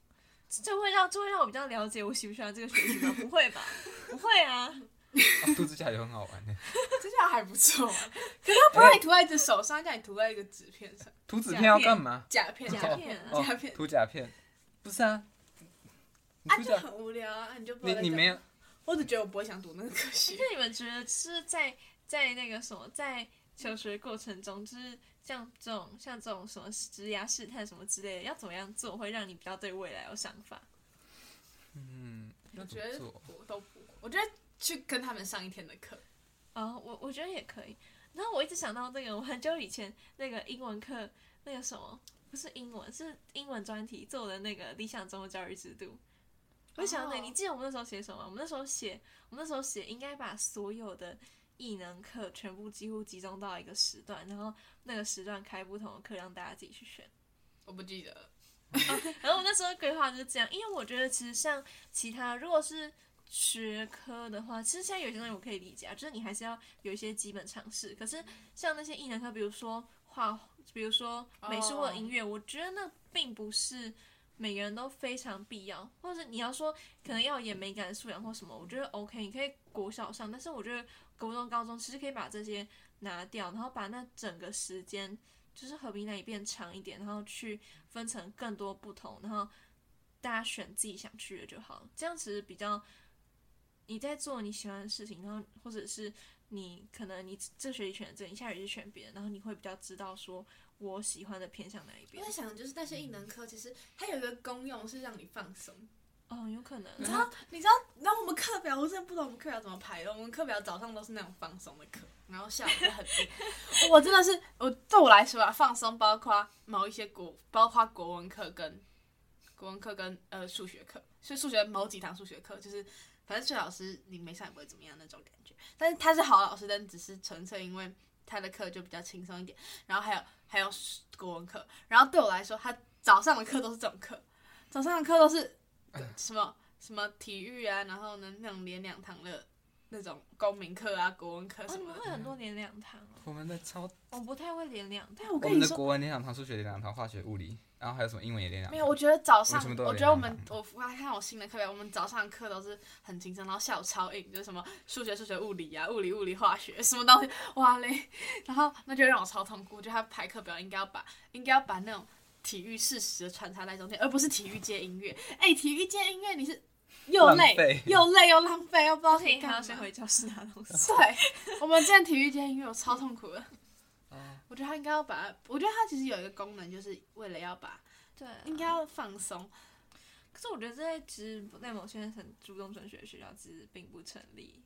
B: 这这会让这会让我比较了解我喜不喜欢这个学 习吗？不会吧，不会啊。
C: 啊涂指甲也很好玩呢。
D: 指甲油还不错、啊， 可是他不让你涂在一只手上，叫你涂在一个纸片上，
C: 涂纸片要干嘛？
D: 甲片
B: 甲片啊
C: 哦
D: 甲片，
C: 涂甲片，不是啊，你
D: 啊
C: 涂
D: 就
C: 甲
D: 很无聊啊，你就不知
C: 你
D: 道在
C: 你
D: 干
C: 没有，
F: 我只觉得我不会想读那个科系。
B: 那你们觉得是在在那个什么，在求学过程中，就是像这种像这种什么职涯试探什么之类的，要怎么样做会让你比较对未来有想法？
C: 嗯，
D: 我
C: 要怎
D: 觉
C: 么
D: 得
C: 做？
D: 我都不，我觉得去跟他们上一天的课，
B: 哦，我我觉得也可以。然后我一直想到那个，我很久以前那个英文课，那个什么不是英文，是英文专题做的那个理想中的教育制度。我就想到那个，
D: 哦
B: 你记得我们那时候写什么吗？我们那时候写，我们那时候写应该把所有的艺能课全部几乎集中到一个时段，然后那个时段开不同的课让大家自己去选。
D: 我不记得。
B: 然后我那时候规划就是这样，因为我觉得其实像其他如果是学科的话，其实现在有些东西我可以理解啊，就是你还是要有一些基本常识。可是像那些艺能科，比如说画，比如说美术或
D: 哦
B: 音乐我觉得那并不是每个人都非常必要，或者你要说可能要有点美感素养或什么，我觉得 OK，你可以国小上，但是我觉得国中、高中其实可以把这些拿掉，然后把那整个时间就是合并那里变长一点，然后去分成更多不同，然后大家选自己想去的就好了。这样其实比较你在做你喜欢的事情，然后或者是你可能你这学期选这，你下学期选别的，然后你会比较知道说我喜欢的偏向哪一
D: 我
B: 边
D: 在。想，就是那些艺能课，其实它有一个功用是让你放松。
B: 哦，有可能。
D: 你知道，你知道，你知道我们课表，我真的不懂我们课表怎么排的。我们课表早上都是那种放松的课，然后下午就很硬。我真的是，我对我来说啊，放松包括某一些国，包括国文课跟国文课跟呃数学课，所以数学某几堂数学课就是，反正数学老师你没上也不会怎么样那种感觉。但是他是好老师，但只是纯粹因为他的课就比较轻松一点。然后还有还有国文课，然后对我来说，他早上的课都是这种课，早上的课都是什么什么体育啊，然后呢那种连两堂的那种公民课啊、国文课
B: 哦，
D: 什
B: 你们
D: 么的。
B: 会很多连两堂哦，
C: 我们的超，
B: 我不太会连两堂
D: 但。我
C: 我
D: 跟
C: 们
D: 你
C: 的
D: 说，
C: 国文连两堂，数学连两堂，化学、物理，然后还有什么英文也连两堂。
D: 没有，我觉得
C: 我
D: 早
C: 们
D: 上
C: 什么，都有
D: 我觉得我
C: 连
D: 们
C: 两
D: 我发看我新的课表，我们早上的课都是很轻松，然后下午超硬，就是什么数学、数学、物理啊、物理、物理、化学 什么东西，哇嘞！然后那就让我超痛苦，我觉得他排课表应该要把应该要把那种体育事实的穿插在中间，而不是体育接音乐。哎、体育接音乐 你是又
C: 浪
D: 累
C: 费
D: 又累又浪费，又不知道
B: 而且
D: 你
B: 你还要
D: 干
B: 先
D: 嘛。
B: 回教室拿东西。
D: 对，我们之前体育间音乐我超痛苦的。
C: 哦
D: 我觉得他应该要把它，我觉得他其实有一个功能，就是为了要把
B: 对啊，
D: 应该要放松。
B: 可是我觉得这在其实在某些很注重转学的学校，其实并不成立。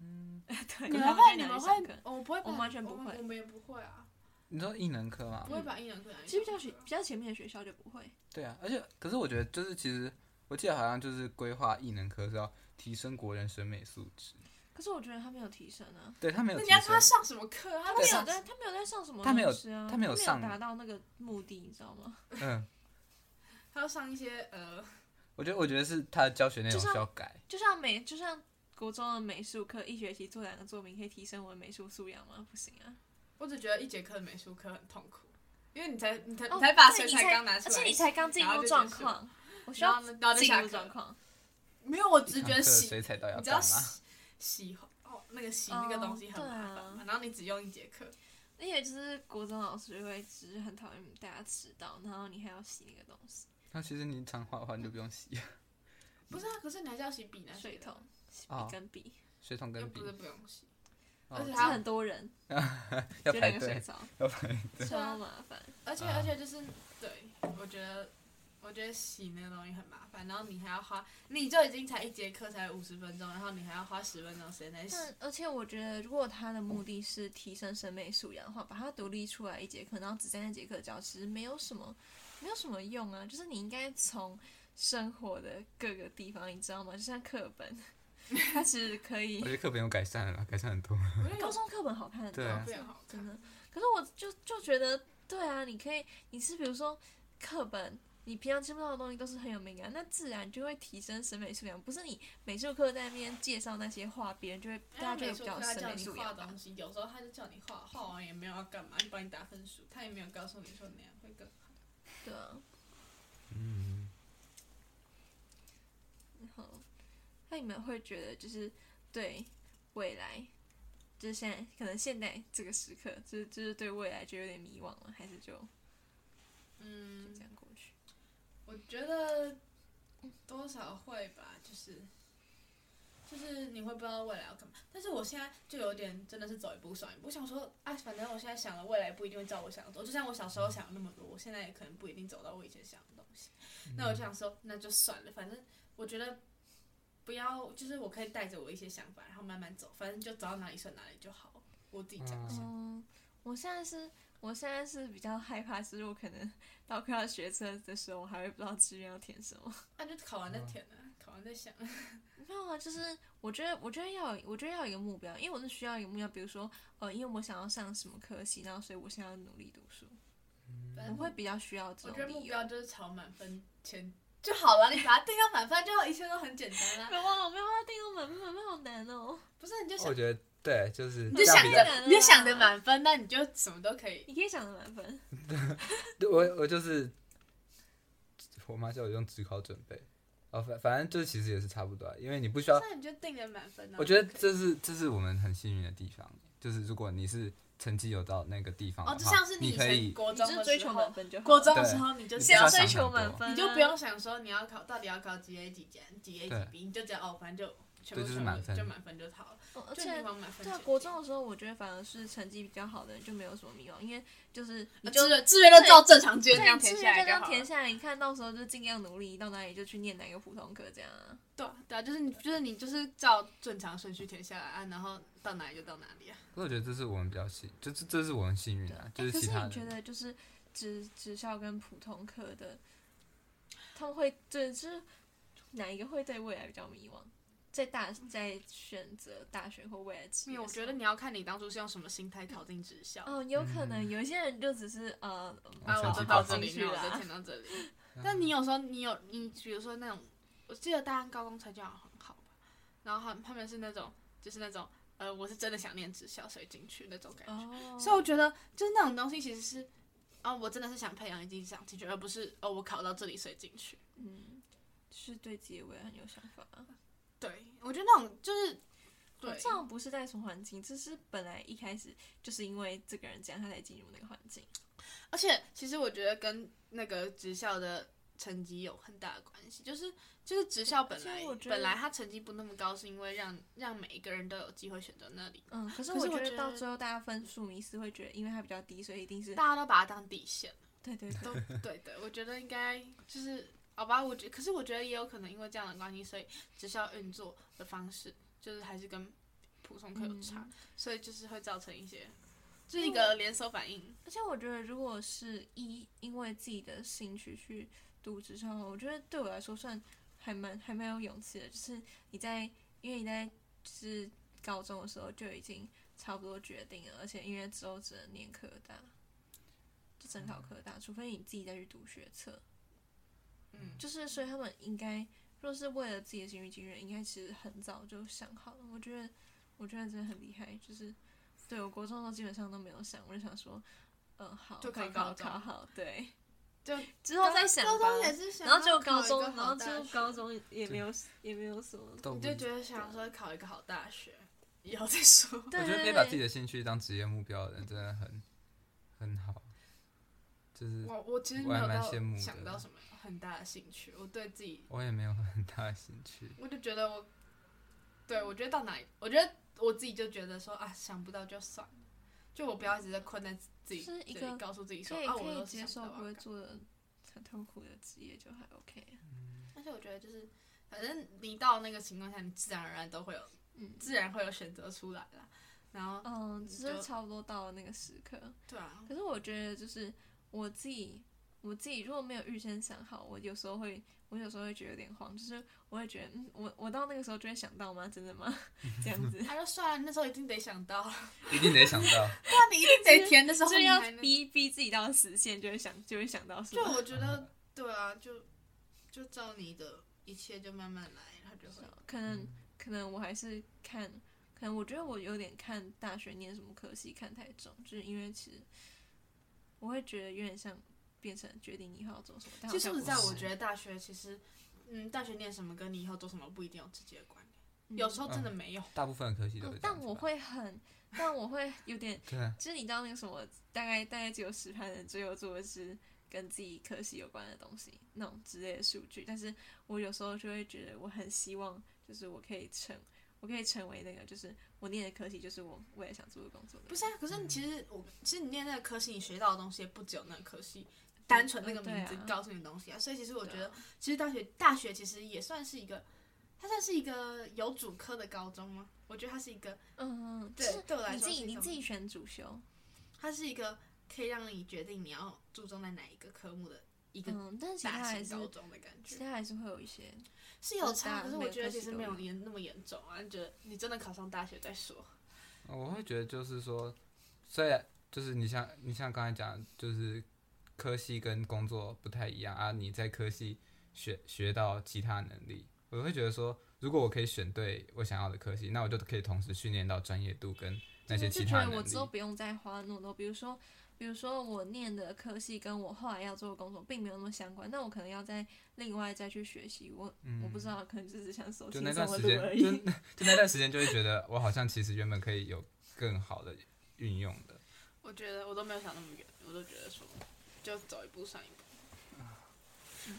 B: 嗯， 对。
D: 你
B: 然
D: 们
B: 后
D: 会，
B: 就
D: 你们
B: 拿去
D: 会
B: 上课，
D: 我不会把，
B: 我们完全
D: 我
B: 不
D: 们
B: 会
D: 我们也不会啊，
C: 你知道艺能科吗
D: 不？会把艺能课拿去上课。
B: 其实比较学比较前面的学校就不会。
C: 对啊，而且可是我觉得就是其实我记得好像就是规划艺能科是要提升国人审美素质，
B: 可是我觉得他没有提升啊，
C: 对他没有
D: 那
C: 提
D: 你要
C: 升
D: 他，上什么课？他
B: 他
D: 没
B: 没
D: 有
B: 有
D: 上
B: 在他没有在上什么
C: 他没有
B: 东西啊，
C: 他没有上
B: 达到那个目的，你知道吗？
C: 嗯，
D: 他要上一些呃，
C: 我觉得我觉得是他的教学内容
B: 就
C: 需
B: 像
C: 要改，
B: 就像美就像国中的美术课，一学期做两个作品，可以提升我的美术素养吗？不行啊。
D: 我只觉得一节课的美术课很痛苦，因为你才你才
B: 哦
D: 你才把
B: 对
D: 水
B: 你
D: 彩刚拿出
B: 而
D: 来，
B: 且你才刚进
D: 然后
B: 入
D: 就
B: 状
D: 结束，
B: 况，我需
D: 然
B: 要
D: 后呢然后就
B: 进
D: 下
B: 入
D: 课
B: 状况。
D: 没有，我只是觉得
C: 上课
D: 洗
C: 水彩到底要
D: 你知道
C: 干
D: 洗
C: 嘛？
D: 洗哦那个洗那个东西很麻烦嘛
B: 哦，
D: 然后你只用一节课，
B: 而且就是国中老师会只是很讨厌大家迟到，然后你还要洗那个东西，
C: 那其实你常画画你就不用洗，
D: 不是啊，可是你还是要洗笔呢，
B: 水桶、洗笔
C: 哦
B: 跟笔，
C: 水桶
D: 又
C: 跟笔
D: 不是不用洗，
C: 哦
D: 而且
B: 就
D: 还要
B: 很多人，
C: 要
B: 就
C: 排
B: 两个水
C: 队，
B: 槽，
C: 要排 队。
B: 超麻烦。
D: 而且
C: 啊
D: 而且就是对，我觉得我觉得洗那个东西很麻烦，然后你还要花，你就已经才一节课才五十分钟，然后你还要花十分钟时间在洗，
B: 但而且我觉得，如果他的目的是提升审美素养的话，把它独立出来一节课，然后只在那节课教，其实没有什么，没有什么用啊。就是你应该从生活的各个地方，你知道吗？就像课本， 它其实可以
C: 我觉，得课本有改善了啦，改善很多。
D: 我觉得
B: 高
D: 有
B: 中课本好看很多
C: 对啊
D: 非常好看
B: 真的。可是我就就觉得，对啊，你可以，你是比如说课本，你平常接触到的东西都是很有美感，那自然就会提升审美素养。不是你美术课在那边介绍那些画，别人就会大家就
D: 美
B: 会
D: 术
B: 比
D: 课
B: 较有
D: 他
B: 审
D: 叫
B: 美
D: 你
B: 素
D: 画
B: 养吧。
D: 东西，有时候他就叫你画，画完也没有要干嘛，就帮你打分数，他也没有告诉你说那样会更好。
B: 对啊，嗯。然后，那你们会觉得就是对未来，就是现在可能现在这个时刻，就是就是对未来就有点迷惘了，还是就就
D: 嗯
B: 这，样过去？
D: 我觉得多少会吧，就是就是你会不知道未来要干嘛。但是我现在就有点真的是走一步算一步，我想说啊，反正我现在想的未来不一定会照我想的走，就像我小时候想的那么多，我现在也可能不一定走到我以前想的东西。那我就想说，那就算了，反正我觉得不要，就是我可以带着我一些想法，然后慢慢走，反正就走到哪里算哪里就好。我自己这样想。
B: 嗯，我现在是，我现在是比较害怕，就是我可能 到快要学车的时候，我还会不知道志愿要填什么。
D: 那、就考完再填啊，考完再想。
B: 没有啊，就是我觉得，我觉得要有，我觉得要有一个目标，因为我是需要一个目标，比如说，呃，因为我想要上什么科系，然后所以我现在要努力读书，
D: 反
B: 嗯我
D: 正
B: 会比较需
C: 啊
B: 要这
D: 我
B: 种
D: 觉得目
B: 理由
D: 标。就是朝满分前就好了，你把它定到满分，就一切都很简单 啦、
B: 没有啊，我没有要定到满分，满分好难哦。
D: 不是，你就
C: 我
D: 想，
C: 觉得对，就是
D: 你
C: 这
D: 就
C: 样
D: 想
C: 比
B: 一个
C: 较
B: 人
D: 着，你就想着满分，那你就什么都可以。
B: 你可以想的满分，
C: 我我就是我妈叫我用职考准备，哦反反正就是其实也是差不多啊，因为你不需要
D: 那你就定了满分啊。
C: 我觉得这是这是我们很幸运的地方，就是如果你是成绩有到那个地方的话，
D: 哦，就像是
C: 你
D: 以
C: 可
D: 前
C: 以
D: 国
B: 你
D: 中
B: 就
D: 的
B: 追
D: 时
B: 求
D: 候
B: 满，分就好。
D: 国中的时候你就
C: 对
D: 是
B: 谁要
D: 要
B: 追
C: 想
D: 追
C: 很
D: 求，
B: 求满
C: 多
B: 分啊、
D: 你就不用想说你要考到底要考几 A 几减几 A
C: 对
D: 几 B，你就只要哦，反正就全
C: 对就
D: 部
C: 是
D: 全部
C: 满分
D: 就满分就好了，
B: 哦。而
D: 就你
B: 且，
D: 往满分
B: 对啊
D: 前，
B: 国
D: 进
B: 中的时候，我觉得反而是成绩比较好的人就没有什么迷茫，因为就是你
D: 呃
B: 就
D: 志愿志愿都照正常志
B: 对
D: 愿这样
B: 你
D: 填
B: 志愿
D: 下来
B: 就这
D: 就
B: 样
D: 好
B: 填
D: 了。
B: 下来，你看到时候就尽量努力，到哪里就去念哪个普通科这样啊。
D: 对啊对啊，就是你就是你就是照正常顺序填下来啊，然后到哪里就到哪里啊。
C: 可是我觉得这是我们比较幸，就这这是我们幸运啊，就
B: 哎可
C: 其
B: 是
C: 他
B: 你觉
C: 人
B: 得就是职职校跟普通科的，他们会对就是哪一个会对未来比较迷惘？在大在选择大学或未来职
D: 因
B: 业
D: 为
B: 的时候，
D: 我觉得你要看你当初是用什么心态考进职校。
B: 哦，有可
C: 嗯
B: 能有一些人就只是呃，
D: 啊，
C: 成
D: 我
C: 绩
D: 就
C: 考
D: 到
C: 上
B: 进
D: 这里，
B: 去
D: 那我
B: 啦
D: 就填到这里。但
C: 嗯
D: 你有时候你有你，比如说那种，我记得大安高工成绩好像很好吧，然后他他们是那种就是那种呃，我是真的想念职校，所以进去那种感觉。
B: 哦，
D: 所以我觉得就是那种东西其实是。啊、我真的是想培养一技想进去，而不是哦，我考到这里所以进去。
B: 嗯，就是对自己的未来很有想法。啊
D: 对，我觉得那种就是，对，
B: 这样不是带什么环境，这是本来一开始就是因为这个人这样，他才进入那个环境。
D: 而且其实我觉得跟那个职校的成绩有很大的关系，就是就是职校本
B: 而
D: 来
B: 且我觉得
D: 本来他成绩不那么高，是因为让让每一个人都有机会选择那里，
B: 嗯，可是
D: 可
B: 我
D: 是我
B: 觉
D: 觉
B: 得
D: 得
B: 到最后大家分数迷失，会觉得因为他比较低，所以一定是
D: 大家都把它当底线。
B: 对对对。
D: 都对的，我觉得应该就是好吧，我觉可是我觉得也有可能因为这样的关系，所以职校运作的方式就是还是跟普通课有差，
B: 嗯
D: 所以就是会造成一些就是一个连锁反应。
B: 而且我觉得，如果是一因为自己的兴趣去读职场的话，我觉得对我来说算还蛮还蛮有勇气的。就是你在因为你在就是高中的时候就已经差不多决定了，而且因为之后只能念科大，就只能考科大，除非你自己再去读学测。
D: 嗯，
B: 就是所以他们应该若是为了自己的兴趣精应该其实很早就想好了。我觉得，我觉得真的很厉害。就是对我国中的时候基本上都没有想，我就想说，嗯，好，
D: 就可以
B: 考
D: 高中
B: 考好，对，
D: 就
B: 之后再想
D: 高
B: 吧
D: 中。也是想
B: 然
D: 要
B: 后就
D: 考
B: 高
D: 一个
B: 中，
D: 好
B: 然后
D: 大
B: 就
D: 学
B: 高中也没有也没有什么，
C: 都
D: 你
C: 不
D: 就是觉得想说考一个好大学，以后再说。
B: 对，
C: 我觉得可以把自己的兴趣当职业目标的人真的很很好，就是
D: 我我其实
C: 我
D: 没
C: 还
D: 有
C: 蛮
D: 到
C: 羡慕的
D: 想到什么很大的兴趣，我对自己，
C: 我也没有很大的兴趣。
D: 我就觉得我，对我觉得到哪里，我觉得我自己就觉得说啊，想不到就算了，就我不要一直在困在自己
B: 就是一
D: 这
B: 个
D: 里，告诉自己说
B: 可以
D: 啊，
B: 可
D: 我
B: 以
D: 都是
B: 接
D: 想
B: 受
D: 不到
B: 不
D: 我要
B: 会
D: 干
B: 做的很痛苦的职业就还 OK。啊
D: 嘛。而且我觉得就是，反正你到那个情况下，你自然而然都会有，
B: 嗯
D: 自然会有选择出来啦。然后，
B: 嗯，只
D: 就是
B: 差不多到了那个时刻。
D: 对啊，，
B: 可是我觉得就是我自己，我自己如果没有预先想好，我有时候会，我有时候会觉得有点慌，就是我会觉得，嗯，我我到那个时候就会想到吗？真的吗？ 这样子
D: 啊他就算了，那时候一定得想 到，
C: 一定得想到，
D: 那你一定得填的时候，
B: 就是
D: 你
B: 要
D: 还能
B: 逼逼自己到实现，就会想就会想到什
D: 就
B: 么。
D: 我觉得，对啊，就就照你的一切就慢慢来，他就会。
B: 可能可能我还是看，可能我觉得我有点看大学念什么科系看太重，就是因为其实我会觉得有点像变成决定你以后要做什么。但
D: 其
B: 好
D: 实
B: 像
D: 说实在，
B: 不
D: 我
B: 是
D: 觉得大学其实，嗯，大学念什么跟你以后做什么不一定有直接的关联，
B: 嗯
D: 有时候真的没有。
C: 大部分的科系都
B: 嗯
C: 会、
B: 但我会很，但我会有点
C: 对啊，
B: 就是你知道那个什么，大概大概只有十趴人最后做的是跟自己科系有关的东西，那种之类的数据。但是我有时候就会觉得我很希望，就是我可以成，我可以成为那个，就是我念的科系，就是我未来想做的工作的人。
D: 不是啊，可
B: 嗯
D: 是你其实我，其实你念那个科系，你学到的东西也不只有那个科系，单纯那个名字
B: 对啊
D: 告诉你的东西啊。所以其实我觉
B: 对
D: 得
B: 啊，
D: 其实大学大学其实也算是一个，它算是一个有主科的高中吗？我觉得它是一个，
B: 嗯，嗯，
D: 对
B: 就是
D: 对我来
B: 你
D: 说
B: 自己
D: 是一
B: 你
D: 种
B: 自己选主修，
D: 它是一个可以让你决定你要注重在哪一个科目的一个
B: 嗯，但是其他
D: 大
B: 还
D: 型高
B: 是
D: 中的感
B: 其
D: 觉。
B: 他还是会有一些，
D: 是有
B: 大
D: 差，可是
B: 每
D: 我
B: 个
D: 觉得
B: 科
D: 其
B: 系
D: 实
B: 都
D: 没
B: 有
D: 有严那么严重啊。你觉得你真的考上大学再说。
C: 我会觉得就是说，虽然就是你像你像刚才讲，就是科系跟工作不太一样啊，你在科系学学到其他能力，我会觉得说，如果我可以选对我想要的科系，那我就可以同时训练到专业度跟那些
B: 我就
C: 其
B: 觉
C: 他
B: 得
C: 能
B: 我
C: 力
B: 之。后不用再花那么多，比如说，比如说我念的科系跟我后来要做的工作并没有那么相关，那我可能要再另外再去学习。我、我不知道，可能就只想走
C: 嗯就
B: 轻
C: 那
B: 松的
C: 段时
B: 路
C: 间
B: 而，
C: 就
B: 已。
C: 就那段时间就会觉得，我好像其实原本可以有更好的运用的。
D: 我觉得我都没有想那么远，我都觉得说就走一步算一步。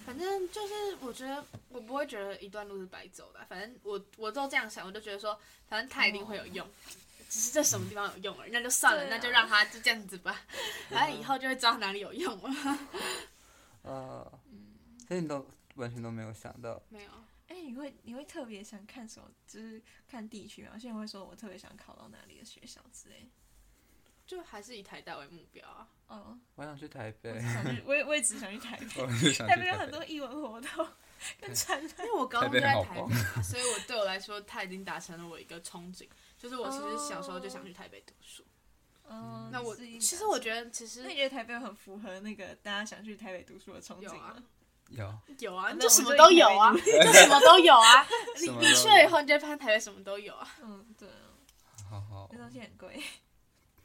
D: 反正就是，我觉得我不会觉得一段路是白走的啊、反正我我都这样想，我就觉得说，反正它一定会有用， 只是在什么地方有用而已，那就算了，
B: 对啊
D: 那就让它就这样子吧，反正以后就会知道哪里有用了。
A: 呃，所以你都完全都没有想到，
D: 没有，
B: 哎、你会你会特别想看什么？就是看地区嘛。现在会说我特别想考到哪里的学校之类。
D: 就还是以台大为目标啊。
B: 哦，
A: 我想去台
B: 我
A: 北
B: 只，想去，我也我也只想去台北。
A: 我就想
B: 台
A: 去
B: 北有
A: 台
B: 很
A: 北
B: 多。艺文活动跟展览
D: 因。为我高中就
A: 台北
D: 在
A: 很
D: 台北
A: 好
D: 嘛，所以我对我来说，它已经达成了我一个憧憬，就是我其实小时候就想去台北读书。
B: 嗯，
D: 那我
B: 是一
D: 其
B: 个
D: 实我觉得，其实
B: 那你觉得台北有很符合那个大家想去台北读书的憧
D: 有
B: 憬
D: 啊
B: 吗？
A: 有
D: 有啊，
B: 那
D: 就
B: 我
D: 什么
B: 就
D: 都
B: 以
D: 有
B: 为
D: 啊，就什么都有 啊。你
A: 什么
D: 你
A: 都
D: 去了以
A: 有
D: 后，你就会发现台北什么都有啊。
B: 嗯，对啊，
A: 好好
B: 那，东西很贵。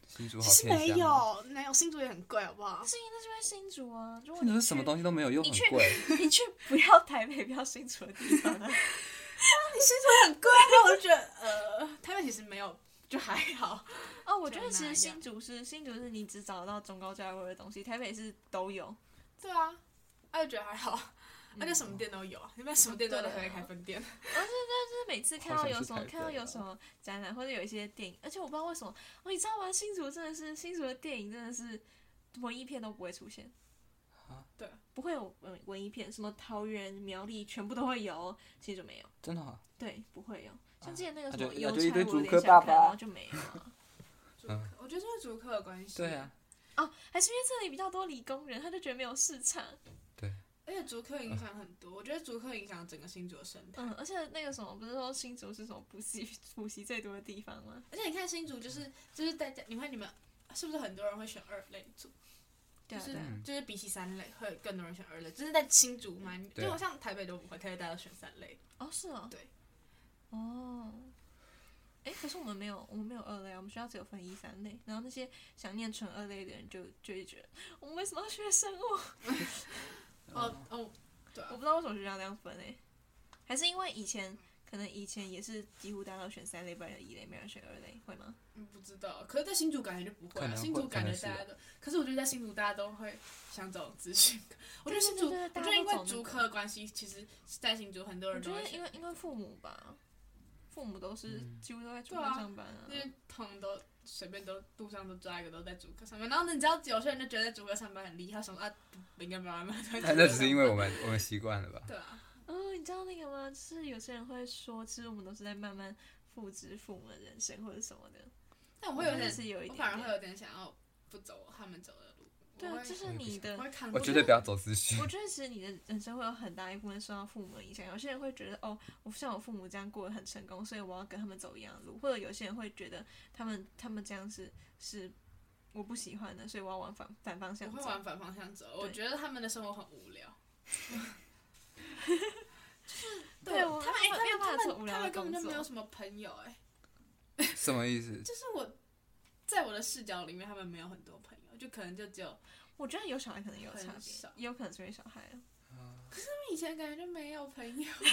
A: 新竹
D: 其
A: 好
D: 实
A: 偏
D: 没
A: 乡哦。
D: 有，没有，新竹也很贵，好不好
B: 那？是因为那是因为新竹啊，如果
A: 新
B: 你
A: 竹是什么东西都没有，又
B: 你
A: 很
B: 去
A: 贵。
B: 西，你去不要台北，不要新竹的地方啊。
D: 你新竹很贵， 那我就觉得呃，台北其实没有，就还好。
B: 哦，我觉得
D: 就
B: 其
D: 那
B: 实
D: 样
B: 新竹是新竹是你只找得到中高价位的东西，台北是都有。
D: 对啊，那就觉得还好。那就什么
B: 嗯
D: 店都有啊，那边什么店都在台北开分
A: 嗯
D: 店。
B: 就是每次看
A: 好
B: 到
A: 想
B: 有
A: 去
B: 什么
A: 台北
B: 看到有
A: 哦
B: 什么展览或者有一些电影，而且我不知道为什么，哦，你知道吗？新竹真的是新竹的电影真的是文艺片都不会出现
A: 啊，
D: 对，
B: 不会有文文艺片，什么桃园、苗栗全部都会有哦，新竹没有，
A: 真的好，
B: 对，不会有。像之前那个
A: 啊那
B: 什么
A: 就
B: 邮
A: 那
B: 差，
A: 就一堆
B: 我
A: 竹
B: 有点
A: 科
B: 想
A: 爸
B: 看然
A: 爸
B: 后就没有啊。
D: 竹科我觉得是因为竹科的关系。
A: 对啊，，
B: 哦，还是因为这里比较多理工人，他就觉得没有市场。
D: 而且竹科影响很多，我觉得竹科影响整个新竹的生态。
B: 嗯，而且那个什么，不是说新竹是什么补习补习最多的地方吗？
D: 而且你看新竹，就是就是大家，你看你们是不是很多人会选二类组？
B: 对啊，
D: 就是
B: 对
A: 嗯
B: 啊，
D: 就是比起三类，会有更多人选二类，就是在新竹嘛，
A: 对啊
D: 就像台北都不会，台北大家都选三类。
B: 哦，是哦，
D: 对，
B: 哦，哎，可是我们没有，我们没有二类啊，我们学校只有分一三类。然后那些想念纯二类的人就就会觉得，我们为什么要学生物？
D: 哦哦，对
B: 我
D: 啊
B: 不，知道为什么学校这样分诶，还是因为以前可能以前也是几乎大家都选三类，不然就一类，没人选二类，会吗？
D: 嗯不知道。可是，在新竹感觉就不
A: 可
D: 会、啊，
A: 能会
D: 新竹感觉
A: 可能是
D: 大
A: 啊
D: 家都，可是我觉得在新竹大家都会想走资讯 科。我觉得新竹，
B: 对对对
D: 我
B: 大
D: 觉
B: 家
D: 得因
B: 都
D: 为
B: 走
D: 竹
B: 那
D: 科
B: 个
D: 的关系，其实在新竹很多
B: 我
D: 人
B: 觉
D: 都会
B: 得因
D: 选，
B: 为因为父母吧，父母都是几乎都在主
D: 对
B: 科
D: 啊
B: 上班啊
D: 因。为通常都随便都路上都抓一个都在竹科上班。然后呢，你知道有些人就觉得在竹科上班很厉害，什么啊，不应该没有没有。
A: 但 那只是因为我们我们习惯了吧？
D: 对啊，
B: 哦，你知道那个吗？就是有些人会说，其实我们都是在慢慢复制父母的人生或者什么的。
D: 但我会有
B: 觉得
D: 点
B: 是有一点
D: 我反而
B: 点
D: 会有点想要不走他们走的路。
B: 对
D: 我
B: 啊，
D: 会
B: 就是
A: 我也不
B: 你的
D: 我会看，
A: 我绝对不要走资讯
B: 我。觉得其实你的人生会有很大一部分受到父母的影响。有些人会觉得，哦，我像我父母这样过得很成功，所以我要跟他们走一样的路；或者有些人会觉得，他们他们这样是是我不喜欢的，所以我要往反反方向
D: 我会
B: 走。
D: 往反方向走。我
B: 对
D: 觉得他们的生活很无聊。就是
B: 对我
D: 他们
B: 没有
D: 哎
B: 办法
D: 他
B: 做
D: 们
B: 无
D: 他
B: 聊
D: 们
B: 的
D: 他们根本就
B: 工作
D: 没有什么朋友哎、
A: 什么意思？
D: 就是我在我的视角里面，他们没有很多朋友，就可能就只有他
B: 我觉得有小孩可能也有差
D: 很
B: 别
D: 少，
B: 也有可能是因为小孩啊。
D: 们以前感觉就没有朋友。
B: 哦，不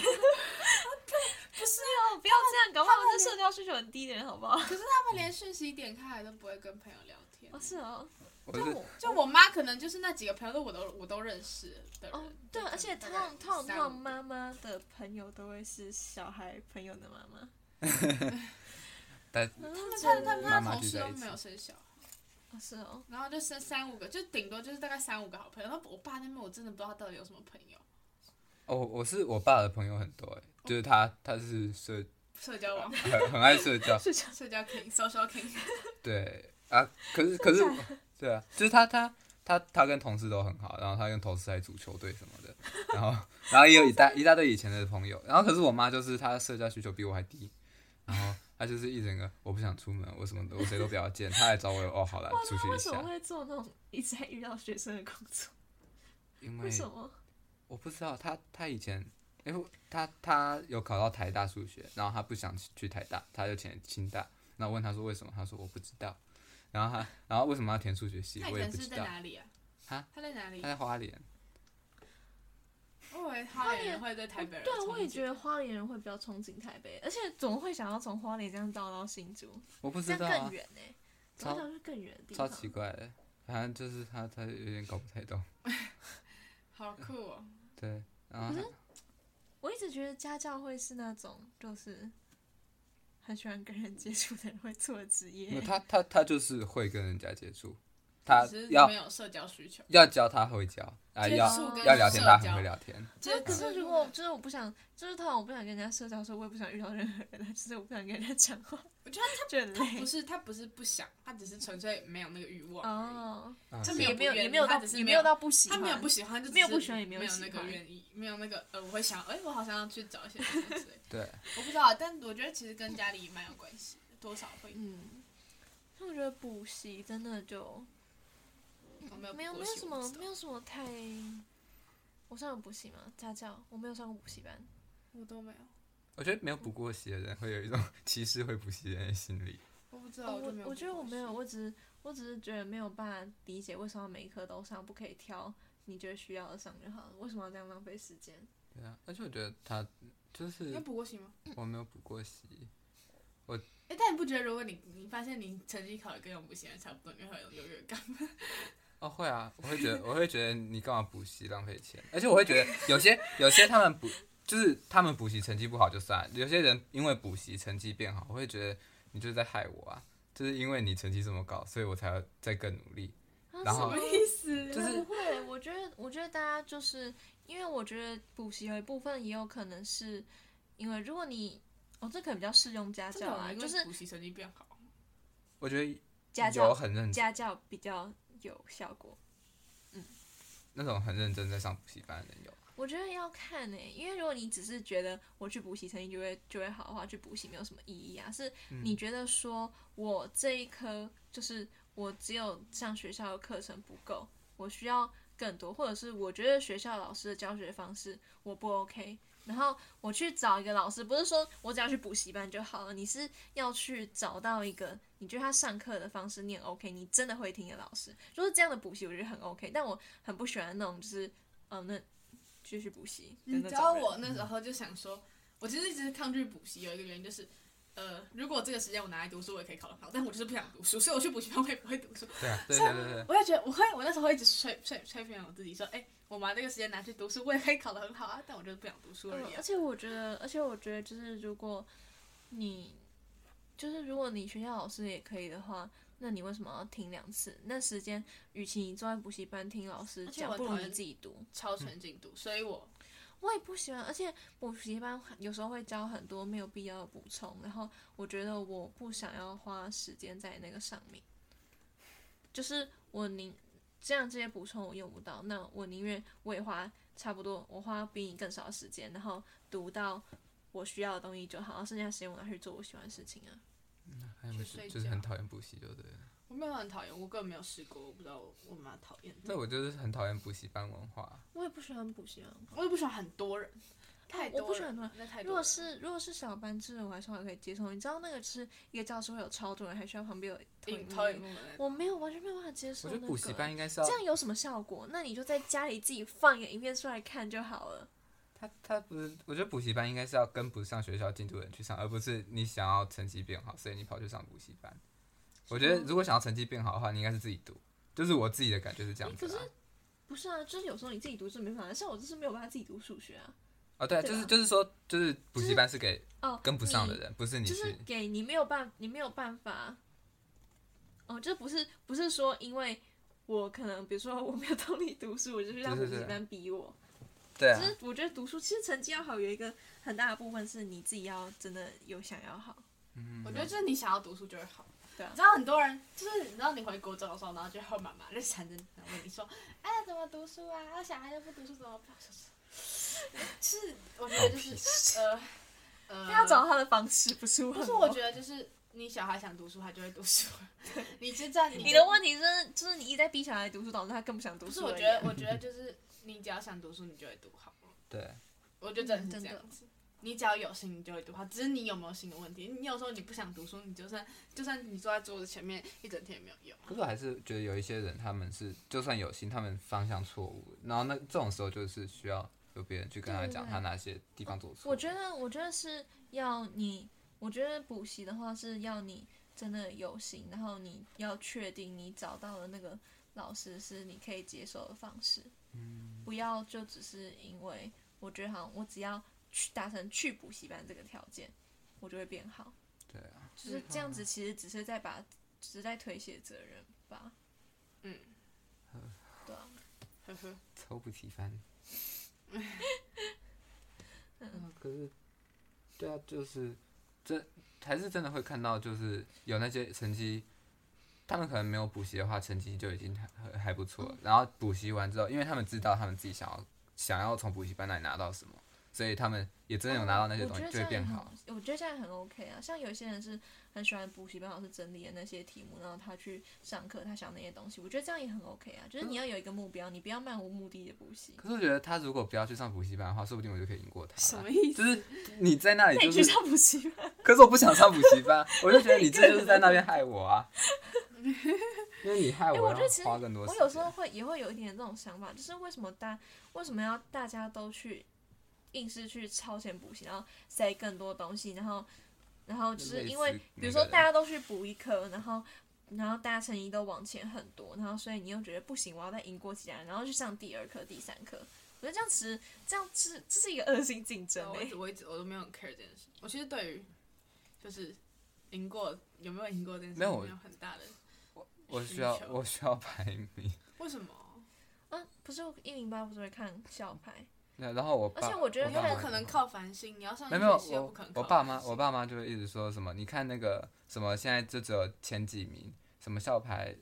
B: 要这样，搞不好是社交需求很低的人，好不 好？
D: 他们连讯息点开来都不会跟朋友聊天
B: 嗯哦，。是哦，
A: 我
B: 但
A: 是
B: 我
D: 就我妈可能就是那几个朋友都我都我都认识的人。
B: 哦，对，而且
D: 大
B: 通
D: 概
B: 常通常
D: 三
B: 通
D: 五
B: 常
D: 个
B: 妈妈的朋友都会是小孩朋友的妈妈，嗯
C: 但
D: 他们他们他
C: 妈妈
D: 同
C: 聚
D: 事
C: 在
D: 都
C: 一起
D: 没有生小孩，
B: 哦是哦，
D: 然后就生三五个，就顶多就是大概三五个好朋友。然后我爸那边我真的不知道他到底有什么朋友，
C: 哦，我是我爸的朋友很
A: 欸
C: 多哎，就是他他是 社
D: 社交 网
C: 很很爱社交，
D: 社交 king social king，
C: 对啊，可是可是对啊，就是他他他他跟同事都很好，然后他跟同事还组球队什么 的，然后然后也有一大一大堆以前的朋友，然后可是我妈就是她的社交需求比我还低，然后她就是一整个我不想出门，我什么都我谁都不要见，她来找我哦好了
B: 哇，
C: 出
B: 那
C: 去
B: 为
C: 一
B: 什么
C: 下，
B: 会做那种一直在遇到学生的工作？
C: 因
B: 为
C: 为
B: 什么？
C: 我不知道她她以前。哎，她她有考到台大数学，然后她不想去台大，她就填清大。然后问她说为什么，她说我不知道。然后她，然后为什么要填数学系
D: 他，以
C: 我也
D: 前
C: 不
D: 是
C: 知
D: 在
C: 道。
D: 哪里啊？
C: 哈
D: 他在哪里
C: 他？在花莲，
D: 我以为花莲人会对台北人
B: 对啊，我也觉
D: 得
B: 得花莲人会比较憧憬台北，而且怎么会想要从花莲这样到到新竹，
C: 我不
B: 这样
C: 知道
B: 更
C: 啊，
B: 远呢、怎么
C: 超
B: 想去更远的地
C: 超
B: 方？
C: 奇怪的。反正就是他，他有点搞不太懂。
D: 好酷哦。
C: 对，然后
B: 可是我一直觉得家教会是那种就是很喜欢跟人接触的人会做的职
C: 没有
B: 业。
C: 他他他就是会跟人家接触，他
D: 只是
C: 要
D: 没有社交需求，
C: 要教他会教啊，
D: 接
C: 要
D: 触跟
C: 要聊天他
D: 社
C: 很
D: 交
C: 会聊天。
D: 这
B: 可是如果就是我不想，就是通常我不想跟人家社交的时候，我也不想遇到任何人啊，就是我不想跟人家讲话，
D: 我觉得
B: 就很
D: 他不
B: 累。
D: 是他不是不想，他只是纯粹没有那个欲望而已。
B: 哦，
C: 啊
D: 这
C: 是
D: 没
B: 也
D: 有
B: 没有
D: 不愿意
B: 也没有到
D: 他只是
B: 也
D: 没
B: 没
D: 有
B: 有到不喜
D: 他
B: 欢，
D: 没有不喜欢，就只是
B: 没有不喜欢也没
D: 没
B: 有
D: 有那
B: 喜
D: 个
B: 欢
D: 愿意，没有那个呃，我会想，哎、我好像要去找一些什么之类的。
C: 对，
D: 我不知道，但我觉得其实跟家里蛮有关系的，多少会。
B: 嗯，那我觉得补习真的就
D: 我没有
B: 嗯没有
D: 呃补
B: 没
D: 过
B: 有
D: 习
B: 什
D: 我不
B: 么
D: 知道
B: 没有什么太。我上有补习吗？家教我没有上过补习班，
D: 我都没有，
C: 我觉得没有补过习的人会有一种歧视会补习的人的心理。
D: 啊我不知
B: 哦
D: 道，就没有。
B: 我觉得我没有，，我只是我只是觉得没有办法理解为什么每一科都上，不可以挑你觉得需要的上就好了，为什么要这样浪费时间？
C: 对啊，而且我觉得他就
D: 你
C: 是
D: 有补过习吗？
C: 我没有补过习，
D: 哎、但你不觉得如果你你发现你成绩考的跟用补习班差不多，你会有优越感？
C: 哦，会啊，我会觉得，我会觉得你干嘛补习浪费钱，而且我会觉得有些有些他们补，就是他们补习成绩不好就算了，有些人因为补习成绩变好，我会觉得你就是在害我啊，就是因为你成绩这么高，所以我才要再更努力。
B: 啊
C: 然
B: 什
C: 后
B: 么
D: 意思
C: 就是
B: 不会，我觉得，我觉得大家就是因为我觉得补习有一部分也有可能是因为如果你哦，这可能比较适用家
D: 真的
B: 教
D: 有
B: 啊，
D: 人因
B: 就
D: 为
B: 是
D: 补习成绩变好。
C: 我觉得
B: 家
C: 有
B: 教
C: 很认真
B: 家教比较有效果。
C: 那种很认真在上补习班的人有，
B: 我觉得要看呢、因为如果你只是觉得我去补习成绩就会就会好的话，去补习没有什么意义啊。是你觉得说我这一科就是我只有上学校的课程不够，我需要更多，或者是我觉得学校老师的教学方式我不 OK，然后我去找一个老师，不是说我只要去补习班就好了，你是要去找到一个你觉得他上课的方式你很 OK，你真的会听的老师，就是这样的补习我觉得很 OK，但我很不喜欢那种就是嗯那。继续补习的
D: 你
B: 那种人，
D: 知道我那时候就想说，我其实一直抗拒补习，有一个原因就是，呃，如果这个时间我拿来读书，我也可以考得好，但我就是不想读书，所以我去补习班我也不会读书。
C: 对啊，对对对对，
D: 我也觉得我会，我那时候会一直吹吹吹骗我自己说，哎、我把这个时间拿去读书，我也可以考得很好啊，但我就是不想读书而
B: 嗯
D: 已、
B: 而
D: 啊。
B: 且我觉得，而且我觉得，就是如果你，就是如果你学校老师也可以的话，那你为什么要听两次？那时间，与其你坐在补习班听老师
D: 而且
B: 讲，
D: 我
B: 不如
D: 讨
B: 你
D: 厌
B: 自己读。
D: 超前进度，所以我
B: 我也不喜欢，而且补习班有时候会教很多没有必要的补充，然后我觉得我不想要花时间在那个上面，就是我宁这样这些补充我用不到，那我宁愿我也花差不多，我花比你更少的时间，然后读到我需要的东西就好，剩下时间我拿去做我喜欢的事情啊。
C: 还有
D: 去
C: 就是
D: 睡
C: 哎就是很
D: 觉
C: 讨厌补习，就对了。
D: 我没有很讨厌，我根本没有试过，我不知道我我妈讨厌的。
C: 那我就是很讨厌补习班文化，
B: 我也不喜欢补习班，
D: 我也不喜欢很多人，太多人了，
B: 我不喜欢很多人
D: 那太多人了。
B: 如果是如果是小班制，我还是还可以接受。你知道那个就是一个教室会有超多人，还需要旁边有投
D: 影
B: 影
D: 投
B: 幕
D: 影幕的那种
B: 我没有完全没有办法接受、
C: 我
B: 那
C: 觉
B: 个
C: 得补习班应该是要
B: 这样有什么效果？那你就在家里自己放一个影片出来看就好了。
C: 他他不是，我觉得补习班应该是要跟不上学校进度的人去上，而不是你想要成绩变好，所以你跑去上补习班。我觉得如果想要成绩变好的话，你应该是自己读，就是我自己的感觉是这样子、啊。
B: 可是不是啊，就是有时候你自己读是没办法，像我就是没有办法自己读数学啊，
C: 哦，对啊，
B: 对
C: 就是
B: 啊
C: 就是说，就是补习班是给
B: 哦，
C: 跟不上
B: 你
C: 的人，不是你
B: 就是
C: 去
B: 给你没有办，你没有办法，哦，就是不是不是说因为我可能比如说我没有 动力读书，我就是让补
C: 对对
B: 习
C: 对
B: 班逼我。
C: 对
B: 只
C: 啊，
B: 是我觉得读书其实成绩要好，有一个很大的部分是你自己要真的有想要好。
C: 嗯
D: 我觉得就是你想要读书就会好。
B: 对啊
D: 你知道很多人就是你知道你回国中的时候，然后就后妈妈就缠着你，然后问你说：“哎，怎么读书啊？啊，小孩都不读书怎么办？” 就是我
C: 嗯哦
D: 觉得就是呃呃，
B: 他要找到他的方式，不是我。
D: 不是我觉得就是你小孩想读书，他就会读书。 你就在你
B: 你的问题就是，就是你一直在逼小孩读书，导致他更不想读
D: 不
B: 书。啊
D: 是，我觉得，我觉得就是你只要想读书，你就会读好。
C: 对，
D: 我觉得
B: 嗯
D: 真的是这样子。你只要有心，你就会读好，只是你有没有心的问题。你有时候你不想读书，你就算就算你坐在桌子前面一整天也没有用。
C: 可是我还是觉得有一些人，他们是就算有心，他们方向错误，然后那这种时候就是需要有别人去跟他
B: 对对
C: 讲
B: 对
C: 他哪些地方做错。
B: 我觉得，我觉得是要你，我觉得补习的话是要你真的有心，然后你要确定你找到的那个老师是你可以接受的方式，不要就只是因为我觉得好像我只要去达成去补习班这个条件，我就会变好，
C: 对啊，
B: 就是这样子，其实只是在把，只是在推卸责任吧，
D: 嗯，
B: 对啊，
D: 呵呵，
C: 抽不起 翻。嗯，可是，对啊，就是这还是真的会看到，就是有那些成绩，他们可能没有补习的话，成绩就已经还还还不错了。然后补习完之后，因为他们知道他们自己想要想要从补习班那里拿到什么，所以他们也真的有拿到那些
B: 哦我
C: 东
B: 觉
C: 西，
B: 得
C: 就
B: 这
C: 会
B: 样也
C: 变
B: 很
C: 好。。
B: 我觉得这样也很 OK 啊，像有些人是很喜欢补习班老师整理的那些题目，然后他去上课，他想那些东西，我觉得这样也很 OK 啊。就是你要有一个目标，你不要漫无目的的补习。
C: 嗯可是我觉得他如果不要去上补习班的话，说不定我就可以赢过他啦。
D: 什么意思？
C: 就是你在那里
B: 那你
C: 就
B: 哎去
C: 是，
B: 上补习班，
C: 可是我不想上补习 班，我就觉得你这就是在那边害我啊，因为你害
B: 哎
C: 我
B: 我觉得
C: 要
B: 其实
C: 花更多时
B: 我
C: 间。
B: 有时候会也会有一点这种想法，就是为什么大为什么要大家都去硬是去超前补习，然后塞更多东西，然后然后就是因为
C: 类似
B: 比如
C: 那
B: 说
C: 个
B: 大家都去补一科，然后然后大家成绩都往前很多，然后所以你又觉得不行，我要再赢过其他人，然后去上第二课、第三课。我觉得这样其实这样是这是一个恶性竞争
D: 啊
B: 欸
D: 我
B: 诶、
D: 一直我一直我都没有很 care 这件事。我其实对于就是赢过有没有赢过这件事，
C: 没有我
D: 没有很大的
C: 我需要
D: 需求
C: 我需要排名，
D: 为什么？
B: 嗯，不是一零八不是会看校牌，
C: 对然后我爸，
B: 而且我觉得
D: 因
C: 爸
D: 为
C: 妈
D: 我可能靠繁星，你要上
C: 没有没
D: 学
C: 有
D: 期又不
C: 我
D: 可能靠
C: 我爸妈我爸妈就会一直说什么，你看那个什么现在就只有前几名，什么校牌，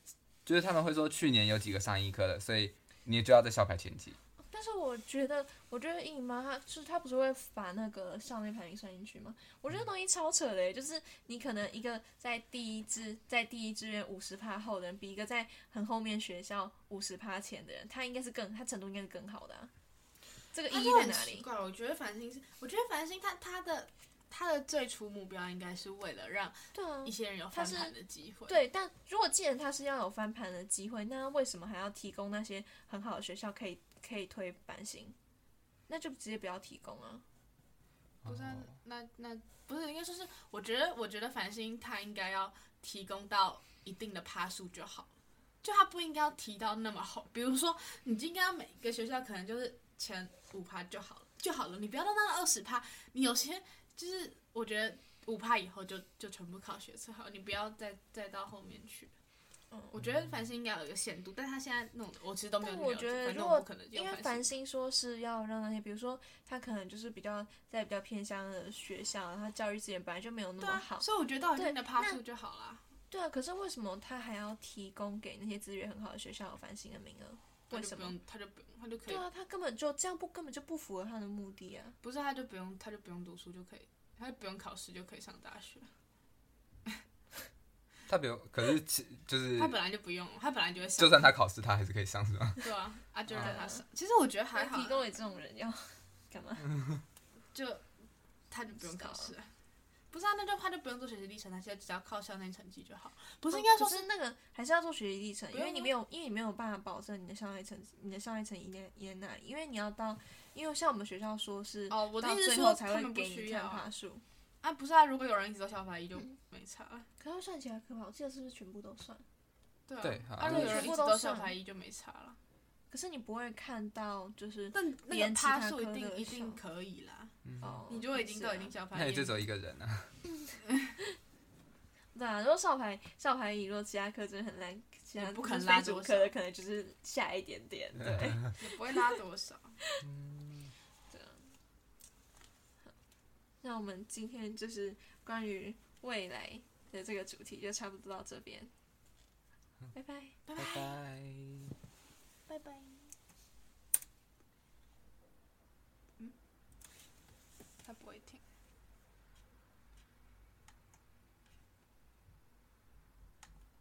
C: 就是他们会说去年有几个上医科的，所以你就要在校牌前几。
B: 但是我觉得，我觉得一零八他就是他不是会把那个校内排名算进去吗？我觉得东西超扯的耶，欸就是你可能一个在第一志在第一志愿五十趴后的人，比一个在很后面学校五十趴前的人，他应该是更他程度应该是更好的、啊。这个
D: 他
B: 意义
D: 就
B: 在
D: 很
B: 哪
D: 奇
B: 里？
D: 怪，我觉得繁星是，我觉得繁星他他的他的最初目标应该是为了让
B: 对啊
D: 一，些人有
B: 他
D: 翻
B: 是
D: 盘的机会。，
B: 对。但如果既然他是要有翻盘的机会，那为什么还要提供那些很好的学校可以可以推版型？那就直接不要提供啊！
D: 不是啊
C: 哦
D: 那那不是应该说是，我觉得我觉得繁星他应该要提供到一定的趴数就好了，就他不应该要提到那么后。比如说，你应该每个学校可能就是前五趴就好了，就好了，你不要到那二十趴。你有些就是我觉得五趴以后就就全部靠学测好，你不要再再到后面去。
B: 嗯
D: 我觉得繁星应该有一个限度，但他现在弄的我其实都没有
B: 但
D: 那
B: 我
D: 么了
B: 觉
D: 解，
B: 得
D: 反
B: 如
D: 正
B: 果
D: 我不可能
B: 因
D: 用
B: 为
D: 繁
B: 繁
D: 星。
B: 星说是要让那些，比如说他可能就是比较在比较偏乡的学校，然后教育资源本来就没有那
D: 对
B: 么
D: 啊
B: 好，，
D: 所以我觉得到一
B: 对
D: 定的趴
B: 那
D: 数就好啦，
B: 对啊。可是为什么他还要提供给那些资源很好的学校有繁星的名额？
D: 他
B: 为
D: 就
B: 什
D: 不
B: 么？
D: 用，他就不用，他就可以
B: 对啊，他根本就这样不根本就不符合他的目的啊！
D: 不是，他就不用，他就不用读书就可以，他就不用考试就可以上大学。
C: 他比如可是其就是
D: 他本来就不用，他本来就会上
C: 就。算他考试，他还是可以上是吧？
D: 对啊，啊，就让他上。其实我觉得还
B: 还
D: 好
B: 提供
D: 啊，
B: 给这种人 要干嘛？
D: 就他就不用考试啊。不是啊，那就他就不用做学习历程，他现在只要靠校内成绩就好。不
B: 哦不
D: 是应该说
B: 是那个还是要做学习历程，
D: 不
B: 因为
D: 用
B: 你
D: 啊
B: 没有，因为你没有办法保证你的校内成你的校内成绩在也在那里，因为你要到，因为像我们学校说是
D: 哦，我的
B: 到
D: 意思是
B: 最
D: 说
B: 后
D: 他
B: 才会
D: 们不
B: 给你
D: 需
B: 看嗯
D: 要
B: 爬
D: 啊。
B: 树。
D: 啊不是啊，如果有人一直都小法医就没差啊。
B: 可要算其他科吧，我记得是不是全部都算？
D: 对啊，
C: 对好
D: 啊，如
C: 像
D: 果有人
B: 全
D: 一
B: 部
D: 直
B: 都
D: 都小
B: 算
D: 法医就没差了。
B: 可是你不会看到就是
D: 但那个
B: 连其他
D: 趴数一
B: 科
D: 定
B: 的
D: 一
B: 小
D: 定可以啦，
B: 哦，
D: 你就会已经
B: 是
D: 都
B: 啊
D: 已经小排
C: 那你
D: 烟
C: 就走一个人啊？
B: 对啊，如果少排少排乙，若其他科真的很烂，其他
D: 也
B: 就
D: 不可能
B: 是
D: 拉
B: 非主
D: 多
B: 科的
D: 少
B: 可能就是下一点点， 对。
D: 也不会拉多少。
B: 那我们今天就是关于未来的这个主题就差不多到这边，拜拜。
C: 拜拜。